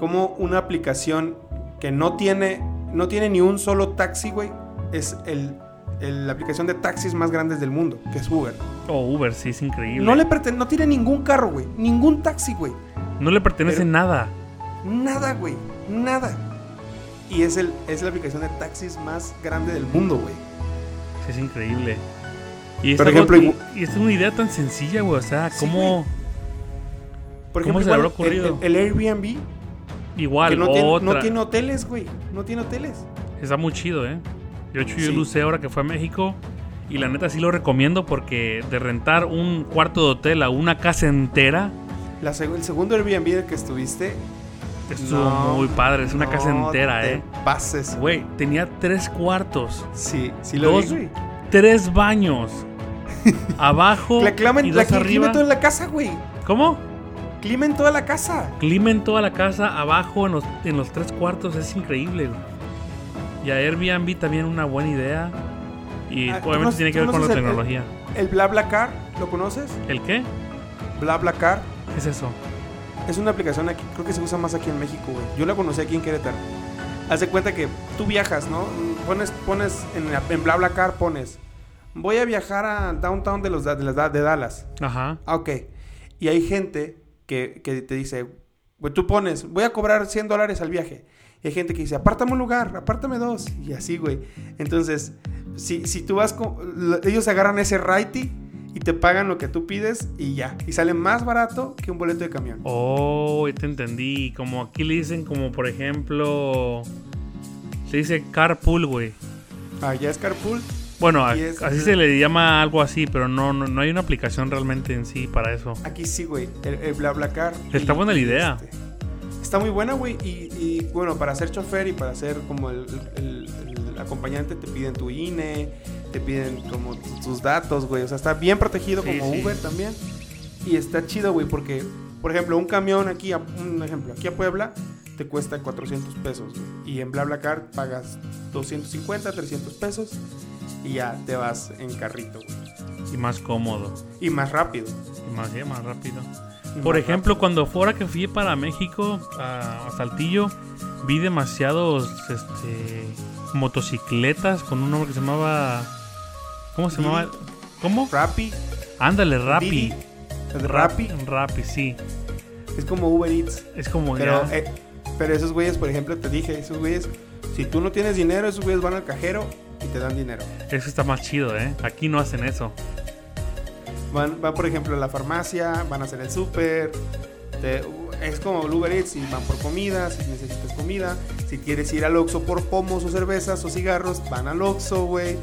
[SPEAKER 4] Como una aplicación que no tiene, no tiene ni un solo taxi, güey, es el, el- la aplicación de taxis más grandes del mundo, que es Uber.
[SPEAKER 5] O Uber, sí, es increíble.
[SPEAKER 4] No, le perten- no tiene ningún carro, güey. Ningún taxi, güey.
[SPEAKER 5] No le pertenece
[SPEAKER 4] pero-
[SPEAKER 5] nada.
[SPEAKER 4] Nada, güey. Nada. Y es, el, es la aplicación de taxis más grande del mundo, güey.
[SPEAKER 5] Sí, es increíble. Y es,
[SPEAKER 4] Por
[SPEAKER 5] algo-
[SPEAKER 4] ejemplo,
[SPEAKER 5] y, y es una idea tan sencilla, güey. O sea,
[SPEAKER 4] Sí,
[SPEAKER 5] como
[SPEAKER 4] Por
[SPEAKER 5] ¿Cómo
[SPEAKER 4] ejemplo,
[SPEAKER 5] se le habrá
[SPEAKER 4] igual, el-
[SPEAKER 5] ocurrido?
[SPEAKER 4] el- el Airbnb
[SPEAKER 5] igual,
[SPEAKER 4] Que no,
[SPEAKER 5] otra.
[SPEAKER 4] tiene, no tiene hoteles, güey. No tiene hoteles.
[SPEAKER 5] Está muy chido, ¿eh? Yo, de hecho, yo
[SPEAKER 4] Sí.
[SPEAKER 5] lo usé ahora que fue a México y la neta sí lo recomiendo porque de rentar un cuarto de hotel a una casa entera
[SPEAKER 4] La seg- el segundo Airbnb del que estuviste.
[SPEAKER 5] estuvo
[SPEAKER 4] no,
[SPEAKER 5] muy padre. Es una
[SPEAKER 4] no
[SPEAKER 5] casa entera,
[SPEAKER 4] te
[SPEAKER 5] ¿eh?
[SPEAKER 4] Pases.
[SPEAKER 5] Güey, tenía tres cuartos,
[SPEAKER 4] Sí, sí lo
[SPEAKER 5] Dos
[SPEAKER 4] vi, güey.
[SPEAKER 5] tres
[SPEAKER 4] <laughs>
[SPEAKER 5] baños, abajo
[SPEAKER 4] La clama
[SPEAKER 5] y
[SPEAKER 4] en, la
[SPEAKER 5] dos
[SPEAKER 4] cli- clima
[SPEAKER 5] arriba.
[SPEAKER 4] en toda la casa, güey.
[SPEAKER 5] ¿Cómo?
[SPEAKER 4] Clima en toda la casa.
[SPEAKER 5] Clima en toda la casa, abajo en los, en los tres cuartos. Es increíble, güey. Y a Airbnb también una buena idea. Y
[SPEAKER 4] Ah, ¿tú
[SPEAKER 5] obviamente
[SPEAKER 4] conoces-
[SPEAKER 5] tiene que
[SPEAKER 4] tú
[SPEAKER 5] ver con la
[SPEAKER 4] conoces el- el-
[SPEAKER 5] tecnología.
[SPEAKER 4] El BlaBlaCar, ¿lo conoces?
[SPEAKER 5] ¿El qué?
[SPEAKER 4] BlaBlaCar
[SPEAKER 5] ¿Qué es eso?
[SPEAKER 4] es una aplicación aquí, creo que se usa más aquí en México, güey. Yo la conocí aquí en Querétaro. Haz de cuenta que tú viajas, ¿no? Pones, pones en, la- en BlaBlaCar, pones. Voy a viajar a downtown de, los, da- de, las da- de Dallas.
[SPEAKER 5] Ajá.
[SPEAKER 4] Ah, ok. Y hay gente que, que te dice, pues tú pones, voy a cobrar 100 dólares al viaje. Y hay gente que dice, apártame un lugar, apártame dos. Y así, güey. Entonces, si, si tú vas con... lo- Ellos agarran ese righty y te pagan lo que tú pides y ya. Y sale más barato que un boleto de camión.
[SPEAKER 5] Oh, ya te entendí. Como aquí le dicen, como por ejemplo. Se dice carpool, güey.
[SPEAKER 4] Allá Ah, es carpool.
[SPEAKER 5] Bueno, a-
[SPEAKER 4] Y es-
[SPEAKER 5] así se le llama algo así, pero no, no, no hay una aplicación realmente en sí para eso.
[SPEAKER 4] Aquí sí, güey. El, el BlaBlaCar.
[SPEAKER 5] Está buena la idea.
[SPEAKER 4] este, está muy buena, güey. Y, y, bueno, para ser chofer y para ser como el, el- el- el acompañante te piden tu INE, te piden como tu- tus datos, güey. O sea, está bien protegido
[SPEAKER 5] Sí,
[SPEAKER 4] como
[SPEAKER 5] sí.
[SPEAKER 4] Uber también. Y está chido, güey, porque, por ejemplo, un camión aquí, a, un ejemplo, aquí a Puebla te cuesta 400 pesos, güey. Y en BlaBlaCar pagas 250, 300 pesos y ya te vas en carrito, güey.
[SPEAKER 5] Y más cómodo.
[SPEAKER 4] Y más rápido.
[SPEAKER 5] Y más, y más rápido.
[SPEAKER 4] y
[SPEAKER 5] Por
[SPEAKER 4] más
[SPEAKER 5] ejemplo, cuando fuera que fui para México, a, a Saltillo, vi demasiados este, motocicletas con un hombre que se llamaba. ¿Cómo se
[SPEAKER 4] Didi.
[SPEAKER 5] llamaba?
[SPEAKER 4] Mm.
[SPEAKER 5] ¿Cómo?
[SPEAKER 4] Rappi.
[SPEAKER 5] Ándale, Rappi.
[SPEAKER 4] Didi, el Rappi.
[SPEAKER 5] Rappi, sí.
[SPEAKER 4] Es como Uber Eats.
[SPEAKER 5] Es como
[SPEAKER 4] Pero,
[SPEAKER 5] Oh, ya-
[SPEAKER 4] eh, pero esos güeyes, por ejemplo, te dije, esos güeyes, si tú no tienes dinero, esos güeyes van al cajero y te dan dinero.
[SPEAKER 5] Eso está más chido, ¿eh? Aquí no hacen eso.
[SPEAKER 4] Van, van, por ejemplo, a la farmacia, van a hacer el súper. te- Es como Uber Eats, y van por comida, si necesitas comida. Si quieres ir al Oxxo por pomos o cervezas o cigarros, van al Oxxo, güey.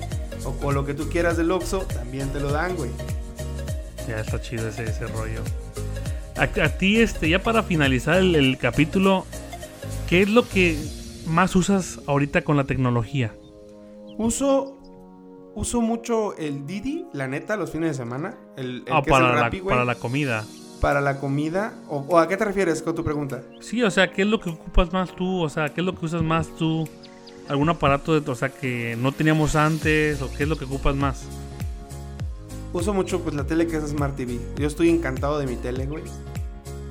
[SPEAKER 4] O con lo que tú quieras del Oxxo, también te lo dan, güey.
[SPEAKER 5] Ya está chido ese, ese rollo. A, a ti, este, ya para finalizar el, el capítulo, ¿qué es lo que más usas ahorita con la tecnología?
[SPEAKER 4] Uso, uso mucho el Didi, la neta, los fines de semana. El, el
[SPEAKER 5] Ah,
[SPEAKER 4] que es el
[SPEAKER 5] para, la,
[SPEAKER 4] Rappi, güey.
[SPEAKER 5] para la comida.
[SPEAKER 4] para la comida. O, o a qué te refieres con tu pregunta?
[SPEAKER 5] Sí, o sea, ¿qué es lo que ocupas más tú? O sea, ¿qué es lo que usas más tú? ¿Algún aparato de, o sea, que no teníamos antes? ¿O qué es lo que ocupas más?
[SPEAKER 4] Uso mucho pues la tele que es Smart TV. Yo estoy encantado de mi tele, güey.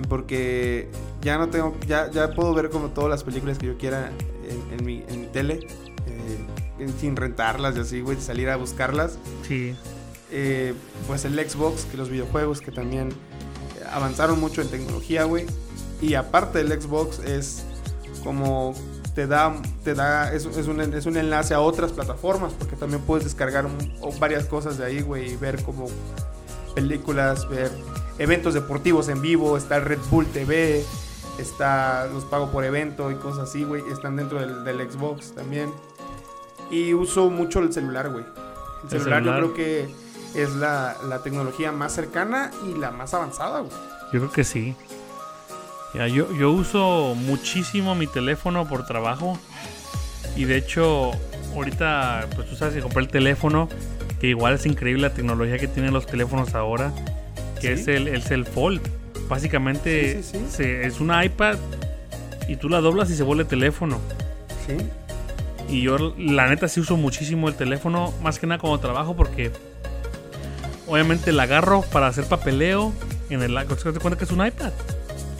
[SPEAKER 4] Porque ya no tengo, ya, ya puedo ver como todas las películas que yo quiera en, en mi, en mi tele. eh, en- sin rentarlas y así, güey, salir a buscarlas.
[SPEAKER 5] Sí,
[SPEAKER 4] Eh, pues el Xbox, que los videojuegos que también eh, avanzaron mucho en tecnología, güey. Y aparte el Xbox es como te da, te da es, es un, es un enlace a otras plataformas, porque también puedes descargar un- o varias cosas de ahí, güey, y ver como películas, ver eventos deportivos en vivo, está el Red Bull TV, está los pago por evento y cosas así, güey, están dentro del, del Xbox también. Y uso mucho el celular, güey. El, celular,
[SPEAKER 5] celular.
[SPEAKER 4] yo creo que es la, la tecnología más cercana y la más avanzada, güey.
[SPEAKER 5] yo creo que sí. Ya, yo, yo uso muchísimo mi teléfono por trabajo. Y de hecho, ahorita, pues tú sabes que compré el teléfono, que igual es increíble la tecnología que tienen los teléfonos ahora, que
[SPEAKER 4] Sí.
[SPEAKER 5] es el, es el Fold. Básicamente
[SPEAKER 4] Sí, sí, sí.
[SPEAKER 5] se- es una iPad y tú la doblas y se vuelve teléfono.
[SPEAKER 4] Sí.
[SPEAKER 5] Y yo la neta sí uso muchísimo el teléfono, más que nada como trabajo, porque obviamente la agarro para hacer papeleo en el iPad. ¿Te cuenta que es un iPad?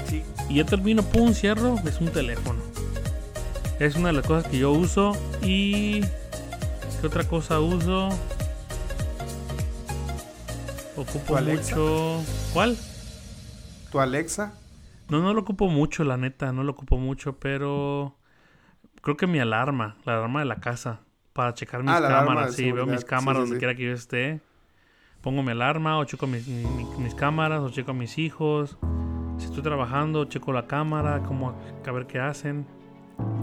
[SPEAKER 4] Sí.
[SPEAKER 5] Y ya termino, pum, cierro, es un teléfono. Es una de las cosas que yo uso. Y. ¿Qué otra cosa uso?
[SPEAKER 4] ¿Tu
[SPEAKER 5] Ocupo
[SPEAKER 4] Alexa?
[SPEAKER 5] mucho. ¿Cuál?
[SPEAKER 4] Tu Alexa.
[SPEAKER 5] No, no lo ocupo mucho, la neta, no lo ocupo mucho, pero creo que mi alarma, la alarma de la casa, para checar mis
[SPEAKER 4] Ah, la alarma
[SPEAKER 5] cámaras,
[SPEAKER 4] de
[SPEAKER 5] sí, veo
[SPEAKER 4] seguridad,
[SPEAKER 5] mis
[SPEAKER 4] sí,
[SPEAKER 5] cámaras
[SPEAKER 4] sí,
[SPEAKER 5] donde
[SPEAKER 4] sí.
[SPEAKER 5] quiera que yo esté, pongo mi alarma o checo mis, mi- mi- mis cámaras o checo a mis hijos, si estoy trabajando, checo la cámara, como a, a ver qué hacen.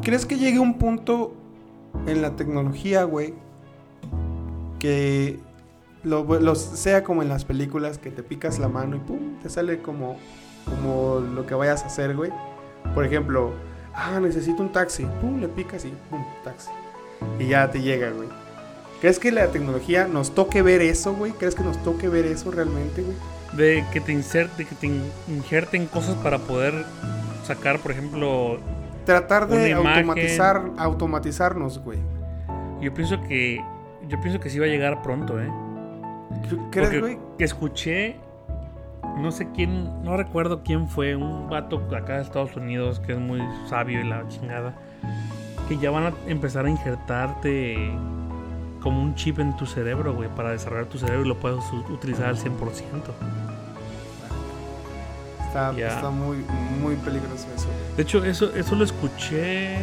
[SPEAKER 4] ¿Crees que llegue un punto en la tecnología, güey, que lo, lo- sea como en las películas, que te picas la mano y pum, te sale como, como lo que vayas a hacer, güey? Por ejemplo, ah, necesito un taxi, pum, le picas y pum, taxi. Y ya te llega, güey. ¿Crees que la tecnología nos toque ver eso, güey? ¿Crees que nos toque ver eso realmente, güey?
[SPEAKER 5] De que te inserte, que te in- injerten cosas para poder sacar, por ejemplo,
[SPEAKER 4] Tratar
[SPEAKER 5] Una
[SPEAKER 4] de
[SPEAKER 5] imagen.
[SPEAKER 4] automatizar, automatizarnos, güey.
[SPEAKER 5] yo pienso que, yo pienso que sí va a llegar pronto, ¿eh?
[SPEAKER 4] ¿Tú ¿Crees,
[SPEAKER 5] Porque
[SPEAKER 4] güey?
[SPEAKER 5] Escuché, no sé quién, no recuerdo quién fue, un vato de acá de Estados Unidos que es muy sabio y la chingada, que ya van a empezar a injertarte como un chip en tu cerebro, güey, para desarrollar tu cerebro y lo puedes u- utilizar al 100%.
[SPEAKER 4] Está,
[SPEAKER 5] Ya.
[SPEAKER 4] está muy, muy peligroso eso. güey.
[SPEAKER 5] De hecho, eso, eso lo escuché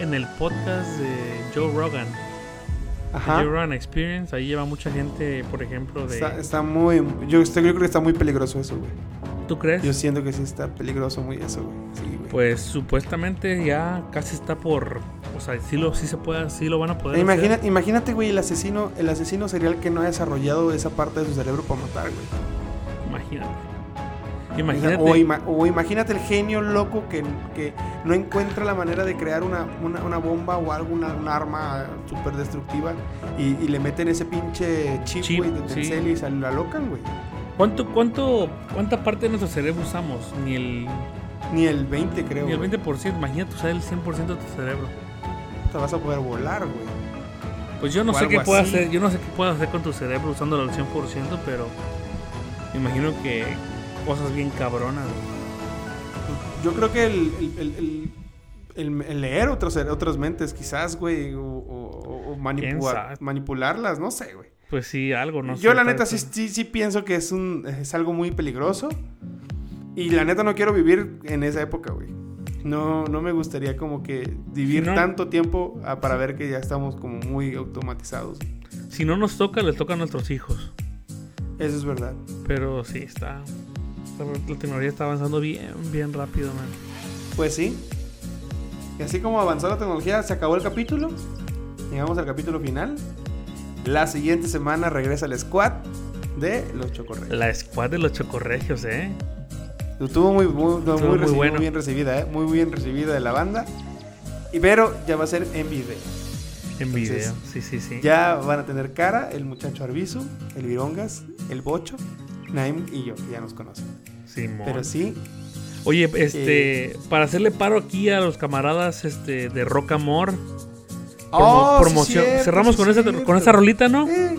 [SPEAKER 5] en el podcast de Joe Rogan, de Joe Rogan Experience, ahí lleva mucha gente, por ejemplo, de...
[SPEAKER 4] Está, está muy. Yo, estoy- yo creo que está muy peligroso eso, güey.
[SPEAKER 5] ¿Tú crees?
[SPEAKER 4] Yo siento que sí está peligroso muy eso, güey. Sí, güey.
[SPEAKER 5] Pues supuestamente ya casi está por. O sea, sí, lo, sí se puede, sí lo van a poder.
[SPEAKER 4] Eh, imagina-
[SPEAKER 5] hacer.
[SPEAKER 4] imagínate, güey, el asesino, el asesino serial que no ha desarrollado esa parte de su cerebro para matar, güey.
[SPEAKER 5] Imagínate.
[SPEAKER 4] O,
[SPEAKER 5] Imagínate.
[SPEAKER 4] ima- o imagínate el genio loco que, que no encuentra la manera de crear una, una- una bomba o alguna un arma súper destructiva y, y le meten ese pinche chip,
[SPEAKER 5] Chip,
[SPEAKER 4] güey, de
[SPEAKER 5] sí.
[SPEAKER 4] Telcel y se la locan, güey.
[SPEAKER 5] ¿Cuánto, cuánto, ¿Cuánta parte de nuestro cerebro usamos? Ni el,
[SPEAKER 4] Ni el 20, creo.
[SPEAKER 5] ni el
[SPEAKER 4] güey.
[SPEAKER 5] 20%. Imagínate usar el 100% de tu cerebro.
[SPEAKER 4] Te vas a poder volar, güey.
[SPEAKER 5] Pues yo no
[SPEAKER 4] O
[SPEAKER 5] sé qué
[SPEAKER 4] algo
[SPEAKER 5] puedo
[SPEAKER 4] así.
[SPEAKER 5] hacer. Yo no sé qué puedo hacer con tu cerebro usándolo al 100%, pero. me Imagino que cosas bien cabronas. güey.
[SPEAKER 4] Yo creo que el, el- el- el- el- el leer otros, otras mentes, quizás, güey, o, o- o
[SPEAKER 5] ¿Quién
[SPEAKER 4] manipua-
[SPEAKER 5] sabe?
[SPEAKER 4] manipularlas, no sé, güey.
[SPEAKER 5] Pues sí, algo, ¿no?
[SPEAKER 4] Yo
[SPEAKER 5] sé,
[SPEAKER 4] la
[SPEAKER 5] tal-
[SPEAKER 4] neta sí, sí, sí pienso que es, un, es algo muy peligroso. Y la neta no quiero vivir en esa época, güey. No, no me gustaría como que vivir
[SPEAKER 5] Sí, no.
[SPEAKER 4] tanto tiempo ah, para ver que ya estamos como muy automatizados.
[SPEAKER 5] Si no nos toca, les toca a nuestros hijos.
[SPEAKER 4] Eso es verdad.
[SPEAKER 5] Pero sí, está. La, la tecnología está avanzando bien, bien rápido, man.
[SPEAKER 4] Pues sí. Y así como avanzó la tecnología, se acabó el capítulo. Llegamos al capítulo final. La siguiente semana regresa el squad de los Chocorreyes.
[SPEAKER 5] La squad de los chocorregios, ¿eh?
[SPEAKER 4] Estuvo muy, muy, no,
[SPEAKER 5] Estuvo muy
[SPEAKER 4] muy recibi-
[SPEAKER 5] bueno.
[SPEAKER 4] muy bien recibida, ¿eh? Muy bien recibida de la banda. Y pero ya va a ser en video.
[SPEAKER 5] En
[SPEAKER 4] Entonces,
[SPEAKER 5] video. Sí, sí, sí.
[SPEAKER 4] Ya van a tener cara el muchacho Arbizu, el Virongas, el Bocho, Naim y yo, que ya nos conocen.
[SPEAKER 5] Simón.
[SPEAKER 4] Pero sí,
[SPEAKER 5] Oye, este, para hacerle paro aquí a los camaradas este, de Rock Amor, promo-
[SPEAKER 4] Oh, sí,
[SPEAKER 5] promoción.
[SPEAKER 4] cierto,
[SPEAKER 5] Cerramos
[SPEAKER 4] sí,
[SPEAKER 5] con, esa,
[SPEAKER 4] cierto.
[SPEAKER 5] con esa rolita, ¿no?
[SPEAKER 4] Eh,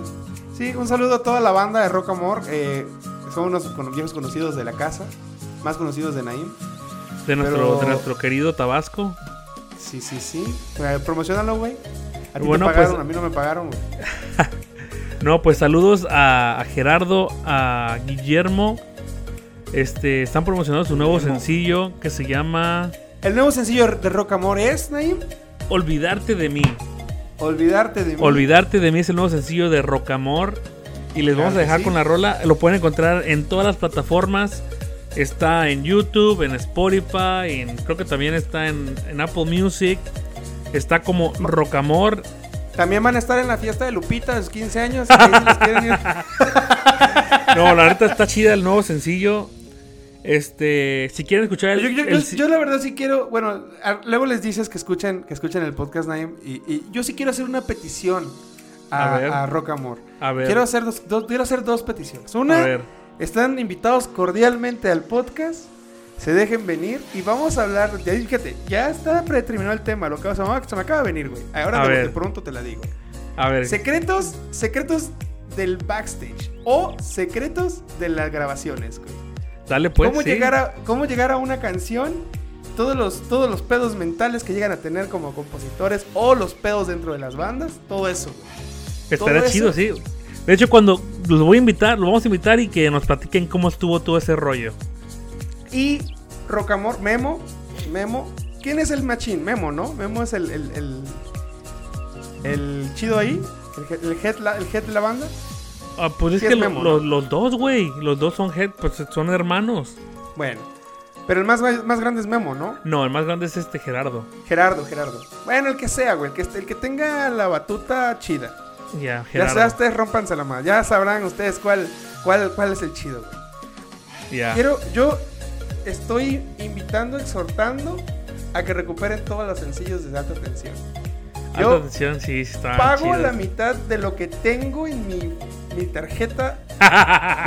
[SPEAKER 4] Sí, un saludo a toda la banda de Rock Amor. eh, son unos cono- viejos conocidos de la casa, más conocidos de Naim.
[SPEAKER 5] De nuestro,
[SPEAKER 4] pero-
[SPEAKER 5] de nuestro querido Tabasco.
[SPEAKER 4] Sí, sí, sí. Eh, promocionalo, güey. A ti
[SPEAKER 5] Bueno,
[SPEAKER 4] te pagaron,
[SPEAKER 5] pues-
[SPEAKER 4] a mí no me pagaron, güey.
[SPEAKER 5] No, pues saludos a, a Gerardo, a Guillermo. Este, están promocionando su nuevo
[SPEAKER 4] Guillermo.
[SPEAKER 5] sencillo que se llama
[SPEAKER 4] El nuevo sencillo de Rock Amor es, Naim,
[SPEAKER 5] Olvidarte de mí.
[SPEAKER 4] Olvidarte de mí.
[SPEAKER 5] Olvidarte de mí es el nuevo sencillo de Rocamor. Y les vamos
[SPEAKER 4] Claro
[SPEAKER 5] a
[SPEAKER 4] que
[SPEAKER 5] dejar
[SPEAKER 4] sí.
[SPEAKER 5] con la rola. Lo pueden encontrar en todas las plataformas. Está en YouTube, en Spotify, en- creo que también está en, en Apple Music. Está como Rocamor.
[SPEAKER 4] También van a estar en la fiesta de Lupita de sus
[SPEAKER 5] <laughs>
[SPEAKER 4] 15 años. ahí si les quieren ir.
[SPEAKER 5] No, la neta está chida el nuevo sencillo. Este, si quieren escuchar el,
[SPEAKER 4] Yo, yo-
[SPEAKER 5] el-
[SPEAKER 4] yo- yo la verdad sí quiero, bueno, a- luego les dices que escuchen, que escuchen el podcast, Naim, y, y yo sí quiero hacer una petición a,
[SPEAKER 5] A ver.
[SPEAKER 4] a Rock Amor.
[SPEAKER 5] A ver.
[SPEAKER 4] Quiero hacer dos, dos- quiero hacer dos peticiones.
[SPEAKER 5] A
[SPEAKER 4] Una,
[SPEAKER 5] ver,
[SPEAKER 4] están invitados cordialmente al podcast, se dejen venir y vamos a hablar, ya fíjate, ya está predeterminado el tema, lo que se me, se me acaba de venir, güey. Ahora
[SPEAKER 5] A
[SPEAKER 4] de,
[SPEAKER 5] ver.
[SPEAKER 4] de pronto te la digo.
[SPEAKER 5] a ver.
[SPEAKER 4] Secretos, secretos del backstage o secretos de las grabaciones, güey.
[SPEAKER 5] Dale pues.
[SPEAKER 4] ¿Cómo,
[SPEAKER 5] sí.
[SPEAKER 4] llegar a, ¿Cómo llegar a una canción? Todos los, todos los pedos mentales que llegan a tener como compositores o los pedos dentro de las bandas, todo eso. güey.
[SPEAKER 5] Estará
[SPEAKER 4] todo
[SPEAKER 5] chido, sí. De hecho, cuando los voy a invitar, los vamos a invitar y que nos platiquen cómo estuvo todo ese rollo.
[SPEAKER 4] Y Rocamor, Memo, Memo, ¿quién es el machín? Memo, ¿no? Memo es el, el, el, el chido ahí, el, he- el head, la- el head de la banda.
[SPEAKER 5] Ah, pues es
[SPEAKER 4] Sí
[SPEAKER 5] que
[SPEAKER 4] es
[SPEAKER 5] lo-
[SPEAKER 4] Memo,
[SPEAKER 5] lo-
[SPEAKER 4] ¿no?
[SPEAKER 5] los dos, güey. Los dos son head, pues son hermanos.
[SPEAKER 4] Bueno, pero el más, más grande es Memo, ¿no?
[SPEAKER 5] No, el más grande es este Gerardo.
[SPEAKER 4] Gerardo, Gerardo. Bueno, el que sea, güey, el que, esté- el que tenga la batuta chida.
[SPEAKER 5] Ya,
[SPEAKER 4] Ya sea,
[SPEAKER 5] Gerardo.
[SPEAKER 4] ustedes rompanse la mano. Ya sabrán ustedes cuál, cuál, cuál es el chido, güey.
[SPEAKER 5] Ya.
[SPEAKER 4] Quiero, yo estoy invitando, exhortando a que recuperen todos los sencillos de alta tensión.
[SPEAKER 5] Alta
[SPEAKER 4] Yo
[SPEAKER 5] tensión, sí, está
[SPEAKER 4] pago
[SPEAKER 5] Ah, chido.
[SPEAKER 4] la mitad de lo que tengo en mi,
[SPEAKER 5] <laughs>
[SPEAKER 4] mi tarjeta,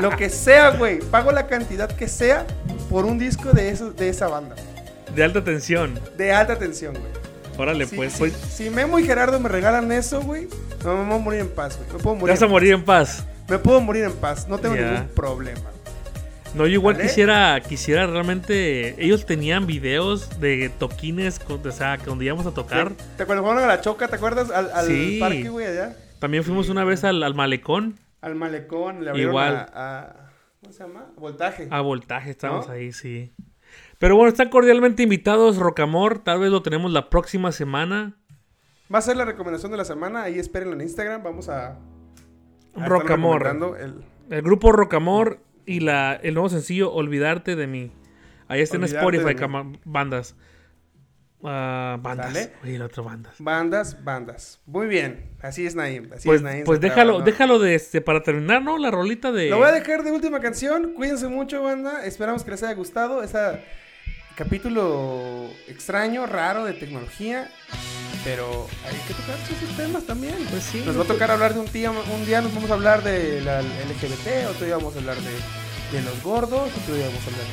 [SPEAKER 4] lo que sea, güey. Pago la cantidad que sea por un disco de, esos, de esa banda,
[SPEAKER 5] De alta tensión.
[SPEAKER 4] de alta tensión, güey.
[SPEAKER 5] Órale,
[SPEAKER 4] Si,
[SPEAKER 5] pues.
[SPEAKER 4] si-
[SPEAKER 5] pues
[SPEAKER 4] si Memo y Gerardo me regalan eso, güey, no me voy a morir en paz, güey. Me puedo
[SPEAKER 5] te
[SPEAKER 4] morir,
[SPEAKER 5] vas a morir en paz.
[SPEAKER 4] me puedo morir en paz, no tengo
[SPEAKER 5] Ya.
[SPEAKER 4] ningún problema.
[SPEAKER 5] No, yo igual
[SPEAKER 4] ¿Vale?
[SPEAKER 5] quisiera, quisiera realmente. Ellos tenían videos de toquines, con- o sea, que donde íbamos a tocar.
[SPEAKER 4] ¿Te acuerdas cuando fueron a la choca? ¿Te acuerdas? Al, al
[SPEAKER 5] Sí.
[SPEAKER 4] parque, güey, allá.
[SPEAKER 5] También fuimos una vez al, al malecón
[SPEAKER 4] Al malecón, le abrieron
[SPEAKER 5] Igual. Ah.
[SPEAKER 4] A, a- ¿Cómo se llama? Voltaje.
[SPEAKER 5] a voltaje, estábamos
[SPEAKER 4] ¿No?
[SPEAKER 5] ahí, sí. Pero bueno, están cordialmente invitados, Rocamor. Tal vez lo tenemos la próxima semana.
[SPEAKER 4] Ah, Va a ser la recomendación de la semana. Ahí espérenlo en Instagram. Vamos a. a estar
[SPEAKER 5] Rocamor.
[SPEAKER 4] recomendando el-
[SPEAKER 5] El grupo Rocamor y la, el nuevo sencillo Olvidarte de mí. Ahí está en
[SPEAKER 4] Olvidarte
[SPEAKER 5] Spotify,
[SPEAKER 4] de mí.
[SPEAKER 5] cama- bandas. Ah, bandas.
[SPEAKER 4] Dale.
[SPEAKER 5] Oye, el otro bandas.
[SPEAKER 4] Bandas, bandas. Muy bien. Así es Naim. Así
[SPEAKER 5] Pues,
[SPEAKER 4] es Naim.
[SPEAKER 5] pues
[SPEAKER 4] Santiago,
[SPEAKER 5] déjalo,
[SPEAKER 4] ¿no?
[SPEAKER 5] déjalo de este, para terminar, ¿no? La rolita de.
[SPEAKER 4] Lo voy a dejar de última canción. Cuídense mucho, banda. Esperamos que les haya gustado. Ese capítulo extraño, raro de tecnología. Pero hay que tocar esos temas también.
[SPEAKER 5] Pues sí.
[SPEAKER 4] Nos va a tocar hablar de un día, un día nos vamos a hablar de la LGBT, otro día vamos a hablar de, de los gordos, otro día vamos a hablar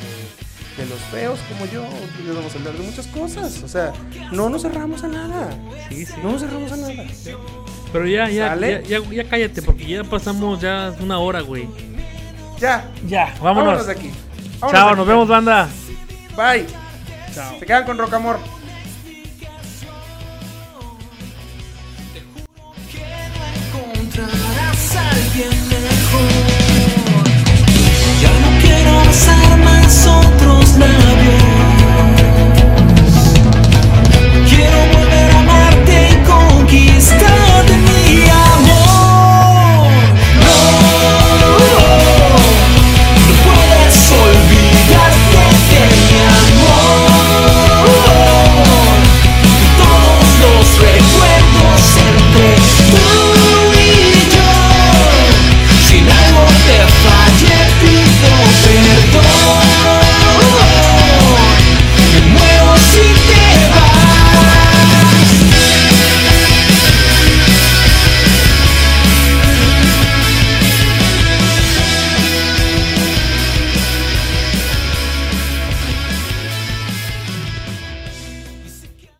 [SPEAKER 4] de, de los feos como yo, otro día vamos a hablar de muchas cosas. O sea, no nos cerramos a nada.
[SPEAKER 5] Sí, sí.
[SPEAKER 4] No nos cerramos a nada.
[SPEAKER 5] Pero ya, ya, ya,
[SPEAKER 4] Sale.
[SPEAKER 5] ya, ya cállate, porque ya pasamos ya una hora, güey.
[SPEAKER 4] Ya,
[SPEAKER 5] Ya, vámonos.
[SPEAKER 4] vámonos, de aquí. Vámonos de
[SPEAKER 5] Chao,
[SPEAKER 4] aquí.
[SPEAKER 5] nos vemos, banda.
[SPEAKER 4] Bye.
[SPEAKER 5] Chao.
[SPEAKER 4] Se quedan con Rocamor.
[SPEAKER 6] encontrarás al alguien mejor. Ya no quiero ser más otro